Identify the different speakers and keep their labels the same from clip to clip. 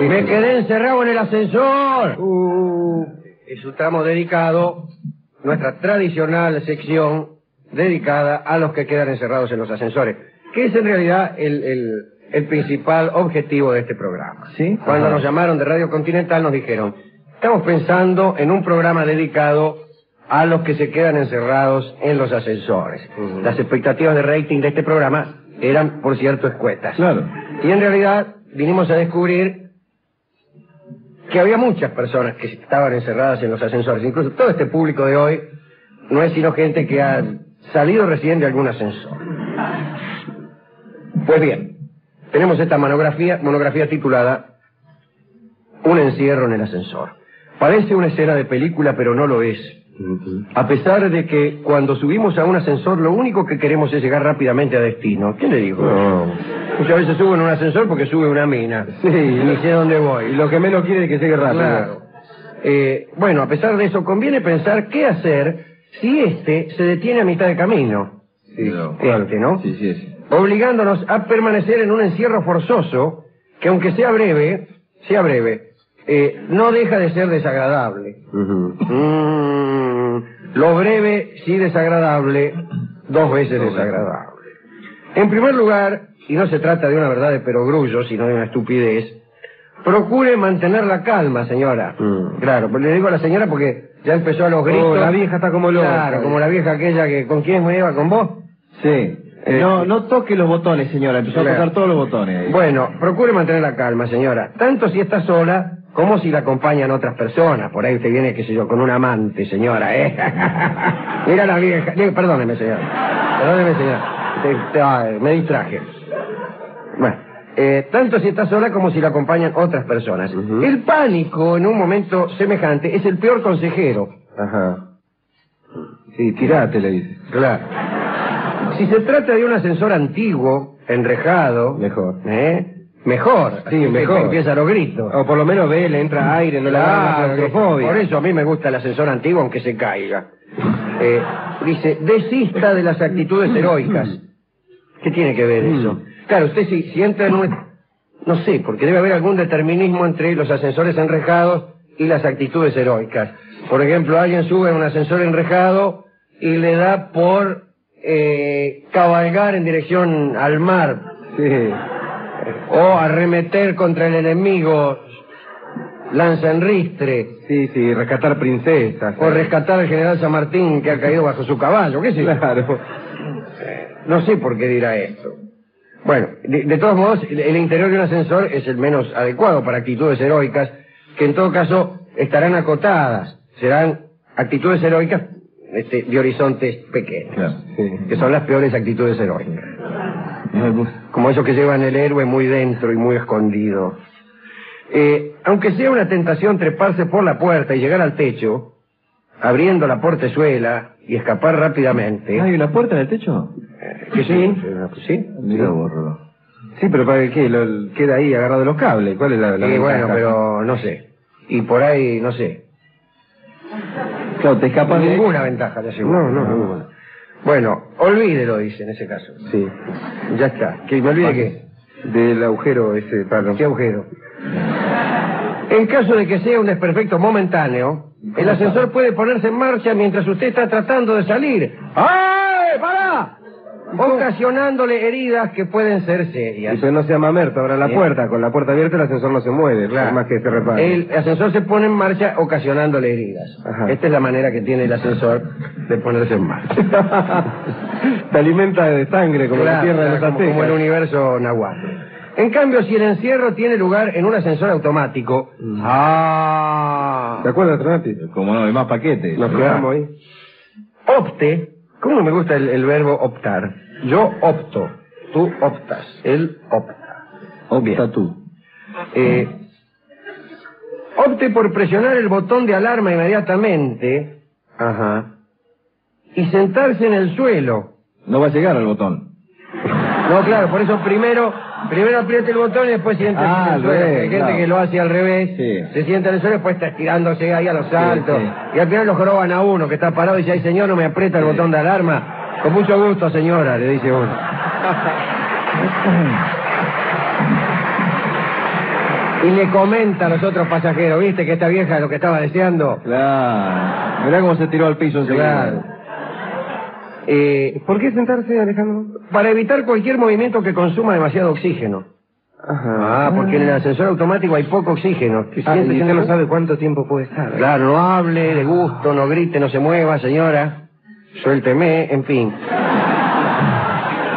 Speaker 1: Me quedé encerrado en el ascensor. Uh, es un tramo dedicado, nuestra tradicional sección dedicada a los que quedan encerrados en los ascensores, que es en realidad el, el- el principal objetivo de este programa.
Speaker 2: Sí.
Speaker 1: Cuando
Speaker 2: Ajá.
Speaker 1: nos llamaron de Radio Continental nos dijeron, estamos pensando en un programa dedicado a los que se quedan encerrados en los ascensores.
Speaker 2: Ujú.
Speaker 1: Las expectativas de rating de este programa eran, por cierto, escuetas.
Speaker 2: Claro.
Speaker 1: Y en realidad vinimos a descubrir que había muchas personas que estaban encerradas en los ascensores. Incluso todo este público de hoy no es sino gente que ha salido recién de algún ascensor. Pues bien, tenemos esta monografía, monografía titulada Un encierro en el ascensor. Parece una escena de película, pero no lo es. A pesar de que cuando subimos a un ascensor lo único que queremos es llegar rápidamente a destino. ¿Quién le dijo?
Speaker 2: No.
Speaker 1: Muchas veces subo en un ascensor porque sube una mina.
Speaker 2: Sí.
Speaker 1: Y ni sé dónde voy. Y
Speaker 2: Lo que menos quiere es que llegue rápido.
Speaker 1: Claro. Eh, bueno, a pesar de eso, conviene pensar qué hacer si este se detiene a mitad de camino.
Speaker 2: Sí.
Speaker 3: No.
Speaker 2: Claro.
Speaker 1: Este, ¿no?
Speaker 3: Sí, sí, es.
Speaker 1: Obligándonos a permanecer en un encierro forzoso que aunque sea breve, sea breve, eh, no deja de ser desagradable. Mm, lo breve sí desagradable, dos veces desagradable. En primer lugar, y no se trata de una verdad de perogrullo, sino de una estupidez, procure mantener la calma, señora.
Speaker 2: Mm. Oh,
Speaker 1: Claro, pues le digo a la señora porque ya empezó a los gritos.
Speaker 2: la vieja está como loca.
Speaker 1: Claro, como la vieja aquella que, ¿con quién me iba? ¿Con vos?
Speaker 2: Sí.
Speaker 1: Eh,
Speaker 2: No, no toque los botones, señora. Empezó
Speaker 1: Claro.
Speaker 2: a tocar todos los botones. ahí.
Speaker 1: Bueno, procure mantener la calma, señora. Tanto si está sola como si la acompañan otras personas. Por ahí usted viene, qué sé yo, con un amante, señora, ¿eh? Mira la vieja. Digo, Perdóneme, señora. Perdóneme, señora. Te- te- ay, me distraje. Bueno, eh, tanto si está sola como si la acompañan otras personas.
Speaker 2: Ujú.
Speaker 1: El pánico en un momento semejante es el peor consejero.
Speaker 2: Ajá. Sí, tirate, le dice.
Speaker 1: Claro. Si se trata de un ascensor antiguo, enrejado.
Speaker 2: Mejor.
Speaker 1: ¿eh? Mejor.
Speaker 2: Sí, mejor.
Speaker 1: Empieza los gritos.
Speaker 2: O por lo menos ve, le entra aire, no le da
Speaker 1: Claro,
Speaker 2: claustrofobia.
Speaker 1: Por eso a mí me gusta el ascensor antiguo, aunque se caiga. Eh, dice, desista de las actitudes heroicas. ¿Qué tiene que ver eso?
Speaker 2: Mm.
Speaker 1: Claro, usted si, si entra en un... No sé, porque debe haber algún determinismo entre los ascensores enrejados y las actitudes heroicas. Por ejemplo, alguien sube a un ascensor enrejado y le da por eh, cabalgar en dirección al mar
Speaker 2: Sí.
Speaker 1: o arremeter contra el enemigo, lanza en ristre.
Speaker 2: Sí, sí, rescatar princesas.
Speaker 1: O rescatar al general San Martín que ha caído bajo su caballo, qué sé yo.
Speaker 2: Claro.
Speaker 1: No sé por qué dirá esto. Bueno, de, de todos modos, el- el interior de un ascensor es el menos adecuado para actitudes heroicas, que en todo caso estarán acotadas. Serán actitudes heroicas este, de horizontes pequeños,
Speaker 3: Claro.
Speaker 2: Sí.
Speaker 1: que son las peores actitudes heroicas.
Speaker 2: Algo-
Speaker 1: como esos que llevan el héroe muy dentro y muy escondido. Eh, aunque sea una tentación treparse por la puerta y llegar al techo, abriendo la portezuela y escapar rápidamente.
Speaker 2: ¿Hay una puerta en el techo?
Speaker 1: ¿Que sí? ¿Sí?
Speaker 3: Mira, borro.
Speaker 2: Sí, pero ¿para qué? Lo- queda ahí agarrado de los cables. ¿Cuál es la, la
Speaker 1: Y
Speaker 2: ventaja?
Speaker 1: Eh, bueno, pero no sé. Y por ahí, no sé.
Speaker 2: Claro, te escapas de...
Speaker 1: Ninguna ventaja, le aseguro.
Speaker 2: No, no, ninguna.
Speaker 1: Bueno, olvídelo, dice en ese caso.
Speaker 2: Sí.
Speaker 1: Ya está. Que me olvide que...
Speaker 2: Del agujero ese, Pablo.
Speaker 1: ¿Qué agujero? En caso de que sea un desperfecto momentáneo, el ascensor puede ponerse en marcha mientras usted está tratando de salir. ¡Ay, para! Ocasionándole heridas que pueden ser serias.
Speaker 2: Y pues no sea mamerto, abra la
Speaker 1: Sí.
Speaker 2: puerta. Con la puerta abierta el ascensor no se mueve, por más que se repare.
Speaker 1: El ascensor se pone en marcha ocasionándole heridas.
Speaker 2: Ajá.
Speaker 1: Esta es la manera que tiene el ascensor de ponerse en marcha.
Speaker 2: Te alimenta de sangre, como la
Speaker 1: Claro,
Speaker 2: tierra de
Speaker 1: claro,
Speaker 2: los
Speaker 1: como, como el
Speaker 2: aztecas.
Speaker 1: universo nahuatl. En cambio, si el encierro tiene lugar en un ascensor automático...
Speaker 2: Mm.
Speaker 1: ¡Ah!
Speaker 2: ¿Te acuerdas, Tronati?
Speaker 3: Como no, hay más paquetes.
Speaker 2: Nos quedamos ahí.
Speaker 1: opte. ¿Cómo me gusta el, el verbo optar? Yo opto, tú optas, él opta.
Speaker 3: Opta tú.
Speaker 1: Eh, opte por presionar el botón de alarma inmediatamente
Speaker 2: Ajá.
Speaker 1: y sentarse en el suelo.
Speaker 3: No va a llegar al botón.
Speaker 1: No, claro, por eso primero, primero apriete el botón y después siéntese
Speaker 2: Ah,
Speaker 1: en
Speaker 2: al
Speaker 1: el suelo.
Speaker 2: revés,
Speaker 1: Hay gente
Speaker 2: claro.
Speaker 1: que lo hace al revés,
Speaker 3: Sí.
Speaker 1: se sienta en el suelo y después está estirándose ahí a los saltos.
Speaker 3: sí.
Speaker 1: Y al final lo joroban a uno que está parado y dice, ay señor, no me aprieta el
Speaker 3: Sí.
Speaker 1: botón de alarma. Con mucho gusto, señora, le dice uno. Y le comenta a los otros pasajeros, ¿viste que esta vieja es lo que estaba deseando?
Speaker 3: Claro. Mirá cómo se tiró al piso enseguida.
Speaker 1: Claro.
Speaker 2: Ah,
Speaker 1: Eh,
Speaker 2: ¿Por qué sentarse, Alejandro?
Speaker 1: para evitar cualquier movimiento que consuma demasiado oxígeno.
Speaker 2: Ajá.
Speaker 1: Ah, porque en el ascensor automático hay poco oxígeno.
Speaker 2: Y
Speaker 1: Ah, y
Speaker 2: usted
Speaker 1: usted
Speaker 2: no sabe cuánto tiempo puede estar.
Speaker 1: Claro, no hable de gusto, no grite, no se mueva, señora. Suélteme, en fin.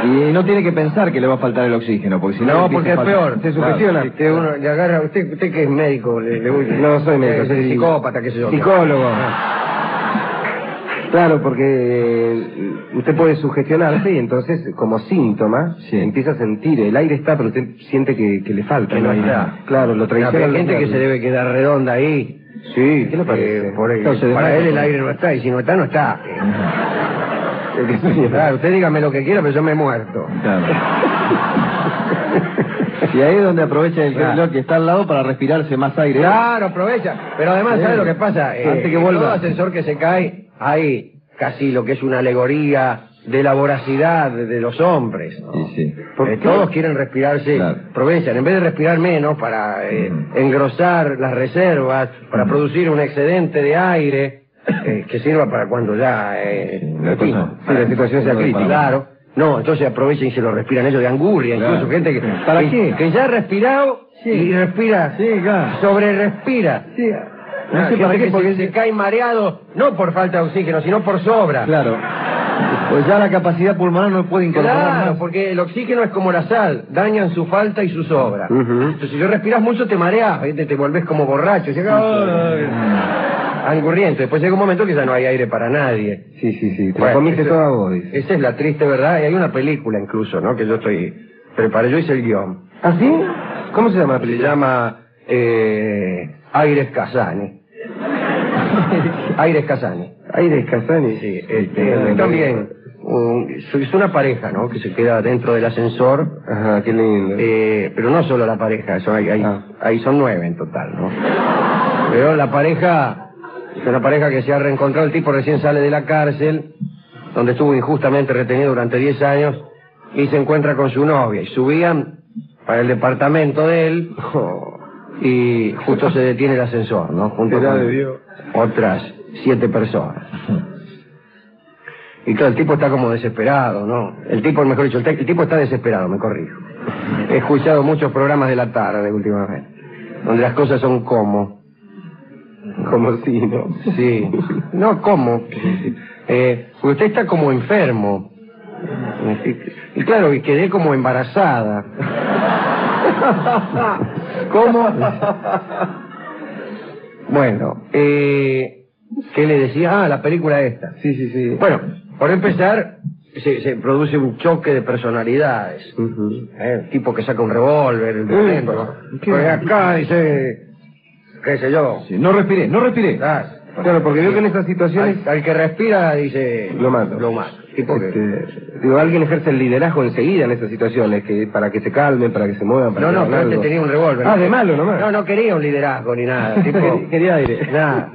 Speaker 3: Y no tiene que pensar que le va a faltar el oxígeno, porque si no...
Speaker 1: No,
Speaker 3: empieza
Speaker 1: porque
Speaker 3: a
Speaker 1: es
Speaker 3: faltar.
Speaker 1: peor, se
Speaker 3: Claro.
Speaker 1: sugestiona. Usted, uno le agarra, usted, usted que es médico, le, le voy-
Speaker 2: No soy médico,
Speaker 1: Eh,
Speaker 2: soy-
Speaker 1: psicópata, qué sé yo.
Speaker 2: Psicólogo.
Speaker 1: Ah,
Speaker 2: Claro, porque eh, usted puede sugestionarse y entonces, como síntoma,
Speaker 3: Sí.
Speaker 2: empieza a sentir, el aire está, pero usted siente que, que le falta.
Speaker 1: Que no
Speaker 2: el aire.
Speaker 1: está.
Speaker 2: Claro, lo
Speaker 1: pero
Speaker 2: traiciona.
Speaker 1: hay gente que se debe quedar redonda ahí.
Speaker 2: Sí, ¿qué le
Speaker 1: eh,
Speaker 2: parece?
Speaker 1: por el-
Speaker 2: Entonces,
Speaker 1: para
Speaker 2: ¿no?
Speaker 1: él el aire no está, y si no está, no está.
Speaker 2: El que sueña.
Speaker 1: Claro, usted dígame lo que quiera, pero yo me he muerto.
Speaker 3: Claro. Y ahí es donde aprovecha el
Speaker 1: Claro.
Speaker 3: corredor que está al lado para respirarse más aire.
Speaker 1: Claro, aprovecha. Pero además,
Speaker 3: Sí.
Speaker 1: ¿sabe lo que pasa?
Speaker 3: Antes que
Speaker 1: en
Speaker 3: vuelva.
Speaker 1: Todo ascensor que se cae, hay casi lo que es una alegoría de la voracidad de los hombres. ¿no?
Speaker 3: Sí, sí.
Speaker 1: ¿Por
Speaker 2: Eh,
Speaker 1: qué?
Speaker 2: todo-
Speaker 1: todos quieren respirarse,
Speaker 3: Claro. Mm.
Speaker 1: aprovechan. En vez de respirar menos para eh,
Speaker 3: Ujú.
Speaker 1: engrosar las reservas,
Speaker 3: Mm.
Speaker 1: para producir un excedente de aire eh, que sirva para cuando ya eh,
Speaker 3: Sí, la
Speaker 1: en fin,
Speaker 3: cosa-
Speaker 1: sí, la situación sea
Speaker 3: Para-
Speaker 1: crítica. Claro. No, entonces aprovechan y se lo respiran ellos de angurria,
Speaker 3: Claro.
Speaker 1: incluso gente que,
Speaker 3: ¿Para
Speaker 1: que-
Speaker 3: qué?
Speaker 1: que ya ha respirado y respira
Speaker 3: Sí, claro.
Speaker 1: sobre respira.
Speaker 3: Sí. No
Speaker 1: Ah,
Speaker 3: sé
Speaker 1: gente
Speaker 3: para qué,
Speaker 1: que
Speaker 3: porque...
Speaker 1: se, se cae mareado, no por falta de oxígeno, sino por sobra.
Speaker 3: Claro. Pues ya la capacidad pulmonar no puede incorporar
Speaker 1: Claro,
Speaker 3: más.
Speaker 1: porque el oxígeno es como la sal, dañan su falta y su sobra.
Speaker 2: Ujú.
Speaker 1: Entonces, si no respiras mucho, te mareas, ¿viste? te volvés como borracho, llega angurriento. Después llega un momento que ya no hay aire para nadie.
Speaker 2: Sí, sí, sí. Te
Speaker 1: Bueno,
Speaker 2: lo comiste
Speaker 1: eso-
Speaker 2: todo a vos. dice.
Speaker 1: Esa es la triste verdad, y hay una película incluso, ¿no? Que yo estoy. Preparé, yo hice el guión.
Speaker 2: ¿Ah, sí? ¿Cómo se llama?
Speaker 1: Se llama eh, Aires Casani. Aires Casani.
Speaker 2: Aires Casani.
Speaker 1: Sí, este,
Speaker 2: Ah,
Speaker 1: también. un- es una pareja, ¿no? Que se queda dentro del ascensor.
Speaker 2: Ajá, qué lindo.
Speaker 1: Eh, pero no solo la pareja, son, hay- hay-
Speaker 2: Ah.
Speaker 1: ahí son nueve en total, ¿no? Pero la pareja, es una pareja que se ha reencontrado, el tipo recién sale de la cárcel, donde estuvo injustamente retenido durante 10 años, y se encuentra con su novia, y subían para el departamento de él,
Speaker 2: Oh.
Speaker 1: y justo se detiene el ascensor, ¿no? Junto
Speaker 2: Será
Speaker 1: con
Speaker 2: de Dios.
Speaker 1: otras siete personas. Y claro, el tipo está como desesperado, ¿no? El tipo, mejor dicho, el, te- el tipo está desesperado, me corrijo. He escuchado muchos programas de la tarde últimamente, donde las cosas son como.
Speaker 2: Como si, ¿no?
Speaker 1: Sí. No, como. Eh, usted está como enfermo. Y claro, y quedé como embarazada. ¿Cómo? Bueno, eh, ¿qué le decía? Ah, la película esta.
Speaker 2: Sí, sí, sí.
Speaker 1: Bueno, por empezar, se, se produce un choque de personalidades.
Speaker 2: Ujú.
Speaker 1: ¿eh? El tipo que saca un revólver, el de
Speaker 2: Eh,
Speaker 1: dentro.
Speaker 2: ¿qué?
Speaker 1: Pues acá dice, qué sé yo.
Speaker 3: Sí, No respiré, no respiré.
Speaker 1: Ah,
Speaker 2: Claro, porque veo que en estas situaciones...
Speaker 1: al, al que respira dice...
Speaker 2: Lo mato.
Speaker 1: Lo mato. Tipo que-
Speaker 2: Este, digo, alguien ejerce el liderazgo enseguida en estas situaciones, que para que se calmen, para que se muevan, para
Speaker 1: No,
Speaker 2: que
Speaker 1: no,
Speaker 2: hagan
Speaker 1: pero este
Speaker 2: algo.
Speaker 1: tenía un revólver.
Speaker 2: Ah, de malo nomás.
Speaker 1: No, no quería un liderazgo ni nada. tipo,
Speaker 2: Quería- quería aire.
Speaker 1: Nada.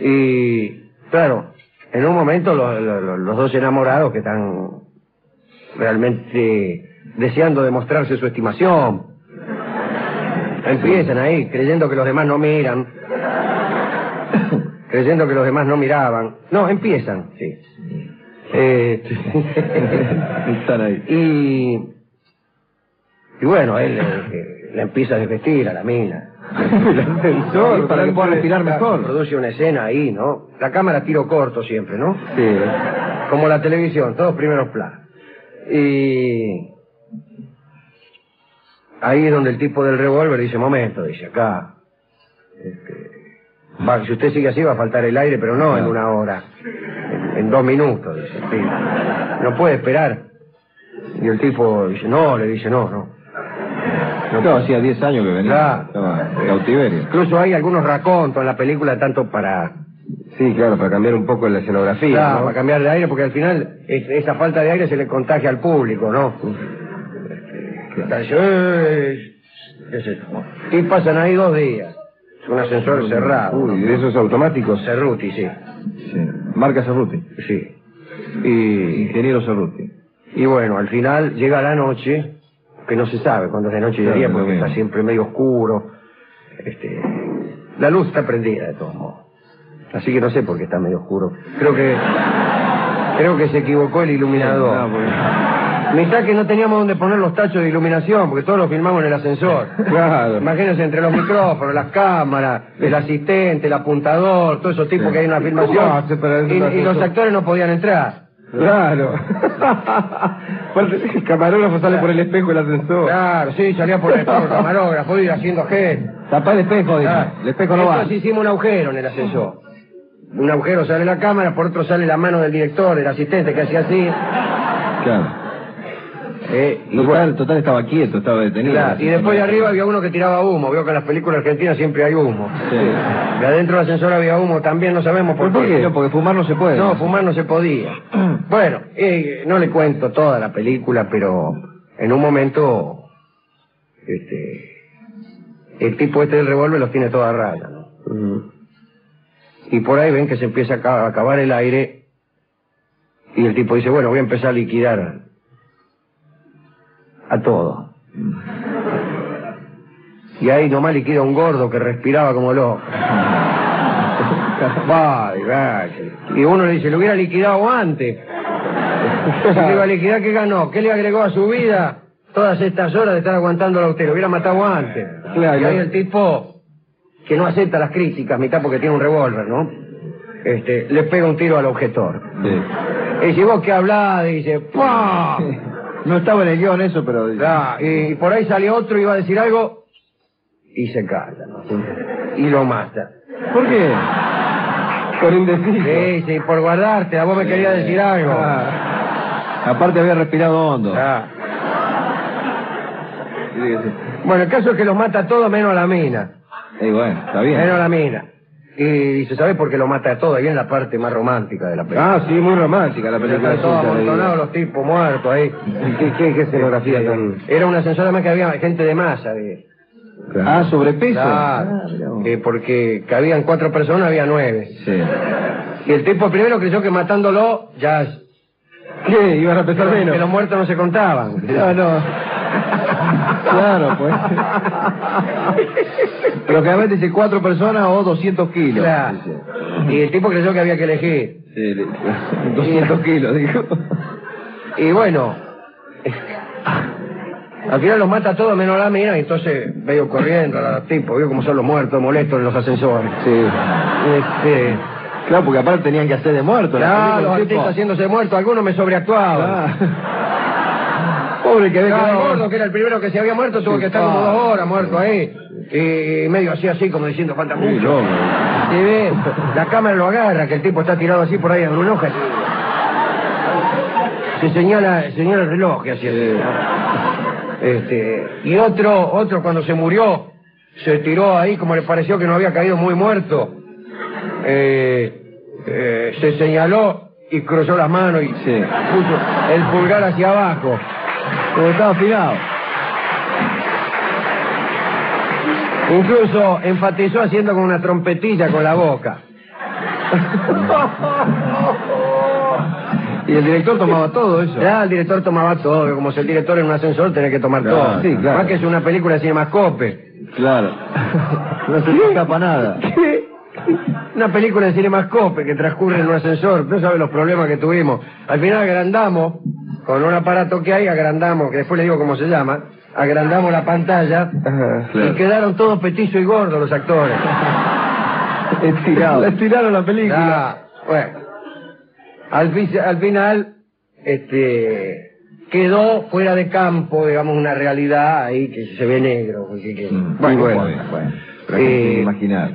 Speaker 1: Y, claro, en un momento lo- lo- lo- los dos enamorados que están realmente deseando demostrarse su estimación, empiezan ahí creyendo que los demás no miran, creyendo que los demás no miraban. No, empiezan, sí. Eh,
Speaker 3: Están ahí.
Speaker 1: Y, y bueno, él eh, la empieza a desvestir a la mina.
Speaker 2: El ascensor,
Speaker 1: Sí,
Speaker 2: para que pueda respirar mejor.
Speaker 1: Produce una escena ahí, ¿no? La cámara tiro corto siempre, ¿no?
Speaker 2: Sí.
Speaker 1: Como la televisión, todos primeros planos. Y ahí es donde el tipo del revólver dice, momento, dice, acá. este, va, si usted sigue así va a faltar el aire, pero no en una hora. En, en dos minutos, dice el tipo. No puede esperar. Y el tipo dice, no, le dice, no, no.
Speaker 3: No, hacía 10 años que venía.
Speaker 1: Claro.
Speaker 3: Estaba en cautiverio.
Speaker 1: Incluso hay algunos racontos en la película, tanto para,
Speaker 2: Sí, claro, para cambiar un poco la escenografía.
Speaker 1: claro,
Speaker 2: ¿no?
Speaker 1: para cambiar de aire, porque al final es- esa falta de aire se le contagia al público, ¿no? Este, está yo, eh, qué sé yo. Y pasan ahí dos días. Es un ascensor cerrado.
Speaker 2: Uy,
Speaker 1: ¿no?
Speaker 2: de esos automáticos.
Speaker 1: Cerruti, sí.
Speaker 3: Sí. Marca Cerruti.
Speaker 1: Sí.
Speaker 3: Y... Ingeniero Cerruti.
Speaker 1: Y bueno, al final llega la noche, que no se sabe cuándo es de noche y de
Speaker 3: Claro,
Speaker 1: día,
Speaker 3: lo
Speaker 1: porque
Speaker 3: mismo.
Speaker 1: está siempre medio oscuro. Este, la luz está prendida, de todos modos. Así que no sé por qué está medio oscuro. Creo que. Creo que se equivocó el iluminador.
Speaker 3: Ah, bueno.
Speaker 1: Mirá que no teníamos dónde poner los tachos de iluminación, porque todos los filmamos en el ascensor.
Speaker 2: Claro.
Speaker 1: Imagínense entre los micrófonos, las cámaras, el asistente, el apuntador, todos esos tipos
Speaker 2: Sí.
Speaker 1: que hay en la
Speaker 2: ¿Cómo
Speaker 1: filmación.
Speaker 2: hace para hacer
Speaker 1: y,
Speaker 2: una
Speaker 1: y los
Speaker 2: foto?
Speaker 1: actores no podían entrar.
Speaker 2: Claro. el camarógrafo sale por el espejo del ascensor.
Speaker 1: Claro, sí, salía por el espejo, camarógrafo, ir haciendo gel.
Speaker 2: Tapá el espejo, dice.
Speaker 1: Claro.
Speaker 2: El espejo no va.
Speaker 1: Entonces hicimos un agujero en el ascensor. Un agujero sale la cámara, por otro sale la mano del director, del asistente que hacía así.
Speaker 3: Claro.
Speaker 1: Eh, y
Speaker 3: Total,
Speaker 1: bueno,
Speaker 3: total estaba quieto, estaba detenido.
Speaker 1: claro, y después de arriba había uno que tiraba humo. Veo que en las películas argentinas siempre hay humo.
Speaker 3: Sí.
Speaker 1: De adentro del ascensor había humo, también no sabemos por,
Speaker 3: ¿Por qué? No, porque fumar no se puede.
Speaker 1: No, fumar no se podía. Bueno, eh, no le cuento toda la película, pero en un momento, este, el tipo este del revólver los tiene toda raya, ¿no? Y por ahí ven que se empieza a ca- a acabar el aire y el tipo dice, bueno, voy a empezar a liquidar a todo. Y ahí nomás liquida un gordo que respiraba como loco. Vaya, vaya. Y uno le dice, lo hubiera liquidado antes. Si lo iba a liquidar, ¿qué ganó? ¿Qué le agregó a su vida todas estas horas de estar aguantando a usted? Lo hubiera matado antes.
Speaker 2: Claro.
Speaker 1: Y ahí el tipo, que no acepta las críticas, mitad porque tiene un revólver, ¿no? Este, le pega un tiro al objetor.
Speaker 3: Sí.
Speaker 1: Y si vos que hablás, dice, ¡pah!
Speaker 3: No estaba en el guión eso, pero...
Speaker 1: Ya, y, y por ahí sale otro y va a decir algo y se calla, ¿no? Y lo mata.
Speaker 3: ¿Por qué?
Speaker 2: Por indeciso.
Speaker 1: Sí, sí, por guardarte, a vos me quería decir algo.
Speaker 3: Ah. Aparte había respirado hondo.
Speaker 1: Ya.
Speaker 3: Sí, sí.
Speaker 1: Ah. Bueno, el caso es que los mata a todos menos a la mina.
Speaker 3: Y bueno, está bien.
Speaker 1: Menos a la mina. Y dice, ¿sabés por qué lo mata a todos? Ahí viene la parte más romántica de la película.
Speaker 2: Ah, sí, muy romántica la película.
Speaker 1: Están todos
Speaker 2: suya, le digo.
Speaker 1: amontonados los tipos muertos ahí.
Speaker 2: ¿Qué, qué, qué escenografía
Speaker 1: Este,
Speaker 2: tan...?
Speaker 1: Era una ascensor además que había gente de masa. De...
Speaker 3: Ah, sobrepeso.
Speaker 1: Claro.
Speaker 3: Ah, mira vos.
Speaker 1: Eh, porque cabían cuatro personas, había nueve.
Speaker 3: Sí.
Speaker 1: Y el tipo primero creyó que matándolo ya...
Speaker 2: ¿Qué? ¿Iban a pesar
Speaker 1: Que
Speaker 2: menos?
Speaker 1: los muertos no se contaban.
Speaker 3: No, no. Claro, pues. Pero que además dice cuatro personas o 200 kilos.
Speaker 1: Claro.
Speaker 3: Dice.
Speaker 1: Y el tipo creyó que había que elegir.
Speaker 3: Sí, le- 200 kilos, dijo.
Speaker 1: Y bueno, al final los mata a todos menos a la mina y entonces veo corriendo al tipo, vio como son los muertos, molestos en los ascensores.
Speaker 3: Sí.
Speaker 1: Este,
Speaker 3: Claro, porque aparte tenían que hacer de muerto. la
Speaker 1: claro, los
Speaker 3: película, el tipo.
Speaker 1: artistas haciéndose muertos, algunos me sobreactuaban.
Speaker 3: Ah. Pobre que ve
Speaker 1: Claro, el
Speaker 3: que
Speaker 1: gordo, que era el primero que se había muerto, tuvo
Speaker 3: Sí,
Speaker 1: que estar como
Speaker 3: claro.
Speaker 1: dos horas muerto ahí. Y medio así, así, como diciendo, falta
Speaker 3: Sí,
Speaker 1: mucho.
Speaker 3: loco.
Speaker 1: Se ve, la cámara lo agarra, que el tipo está tirado así por ahí en una hoja. Se señala, señala el reloj que hacía. así. Este, y otro, otro cuando se murió, se tiró ahí como le pareció que no había caído muy muerto. Eh, eh, se señaló y cruzó las manos y
Speaker 3: Sí.
Speaker 1: puso el pulgar hacia abajo.
Speaker 3: Porque estaba afilado.
Speaker 1: Incluso enfatizó haciendo con una trompetilla con la boca.
Speaker 3: Y el director tomaba todo eso.
Speaker 1: Ya, el director tomaba todo, como si el director en un ascensor tenía que tomar
Speaker 3: Claro,
Speaker 1: todo.
Speaker 3: sí, claro.
Speaker 1: Más que es una película de cinemascope.
Speaker 3: Claro. No se le escapa nada.
Speaker 1: Una película de cinemascope que transcurre en un ascensor. No sabe los problemas que tuvimos. Al final agrandamos, con un aparato que hay, agrandamos, que después le digo cómo se llama, agrandamos la pantalla
Speaker 2: Ajá,
Speaker 1: y quedaron todos petizos y gordos los actores.
Speaker 2: Estirado.
Speaker 3: Estiraron la película.
Speaker 1: Ya, bueno. Al, fi- al final, este, quedó fuera de campo, digamos, una realidad ahí que se ve negro. porque que-
Speaker 3: Mm.
Speaker 1: bueno,
Speaker 3: Y
Speaker 1: bueno.
Speaker 3: bueno. Pero hay que
Speaker 1: Eh,
Speaker 3: imaginar.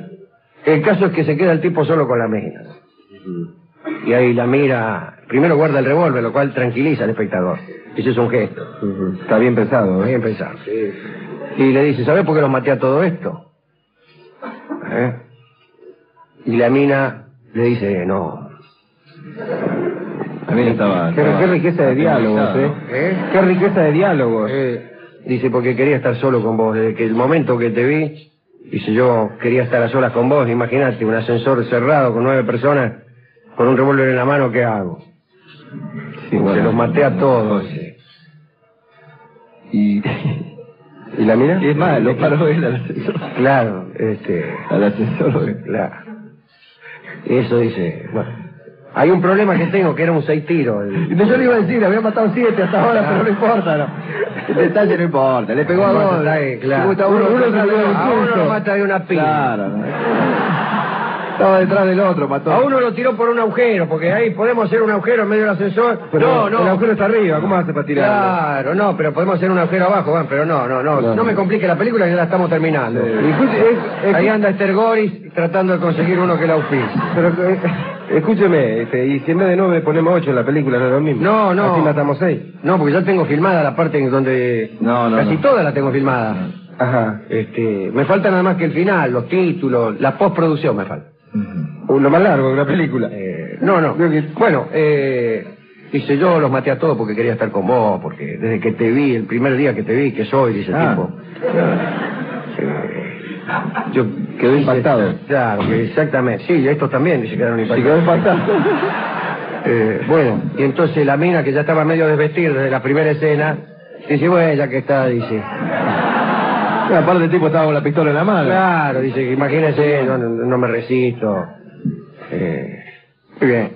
Speaker 1: El caso es que se queda el tipo solo con la mina. Y ahí la mira, primero guarda el revólver, lo cual tranquiliza al espectador. Ese es un gesto.
Speaker 2: Está bien pensado, ¿eh?
Speaker 1: Bien pensado. Y le dice, ¿sabés por qué los maté a todo esto? ¿Eh? Y la mina le dice, no.
Speaker 3: También estaba.
Speaker 2: Qué, qué riqueza de diálogos, ¿eh?
Speaker 1: ¿Eh?
Speaker 2: Qué riqueza de diálogos.
Speaker 1: Eh, dice, porque quería estar solo con vos. Desde que el momento que te vi, dice, yo quería estar a solas con vos. Imagínate, un ascensor cerrado con nueve personas, con un revólver en la mano, ¿qué hago?
Speaker 3: Sí, bueno.
Speaker 1: Se los maté a todos. dice.
Speaker 3: Y,
Speaker 2: ¿Y la mira?
Speaker 3: y es más, lo paró él al ascensor.
Speaker 1: Claro, Este,
Speaker 3: Al asesor.
Speaker 1: la- Eso dice. Bueno, hay un problema que tengo, que era un seis tiros. el-
Speaker 3: Yo le iba a decir, le había matado siete hasta ahora, pero no importa, no. El detalle no importa, le pegó a
Speaker 1: Bueno,
Speaker 3: dos.
Speaker 1: está bien, claro.
Speaker 3: Le gusta a uno,
Speaker 1: Uno- uno
Speaker 3: le
Speaker 1: se
Speaker 3: pegó
Speaker 1: lo-
Speaker 3: al
Speaker 1: a uno
Speaker 3: susto.
Speaker 1: lo mata de una piña.
Speaker 3: Claro, ¿no? Estaba detrás del otro, mató.
Speaker 1: A uno lo tiró por un agujero, porque ahí podemos hacer un agujero en medio del ascensor. no, no.
Speaker 2: El agujero está arriba, ¿cómo hace para tirarlo?
Speaker 1: Claro, no, pero podemos hacer un agujero abajo, van, pero no, no, no.
Speaker 3: No.
Speaker 1: No, me complique la película que ya la estamos terminando.
Speaker 2: Disculpe, es- es-
Speaker 1: Ahí anda Esther Goris tratando de conseguir uno que la auspicie.
Speaker 2: pero, eh, escúcheme, este, y si en vez de nueve ponemos ocho en la película, no es lo mismo.
Speaker 1: No, no.
Speaker 2: Así matamos seis.
Speaker 1: No, porque ya tengo filmada la parte en donde...
Speaker 3: No, no,
Speaker 1: Casi
Speaker 3: no.
Speaker 1: toda la tengo filmada.
Speaker 2: Ajá.
Speaker 1: Este, me falta nada más que el final, los títulos, la postproducción me falta.
Speaker 3: Uh,
Speaker 2: Lo más largo de una película.
Speaker 1: Eh, no, no. Bueno, eh, dice, yo los maté a todos porque quería estar con vos, porque desde que te vi, el primer día que te vi, que soy, dice el
Speaker 3: Ah.
Speaker 1: tipo. Eh,
Speaker 3: Yo quedé
Speaker 1: dice,
Speaker 3: impactado.
Speaker 1: Claro, que exactamente. Sí, estos también, dice, quedaron
Speaker 3: Se
Speaker 1: impactados.
Speaker 3: quedó impactado.
Speaker 1: Eh, bueno, y entonces la mina que ya estaba medio desvestida desde la primera escena, dice, bueno, ya que está, dice.
Speaker 3: Y aparte el tipo estaba con la pistola en la mano.
Speaker 1: Claro, dice, imagínese, no, no- no me resisto. Eh, muy bien.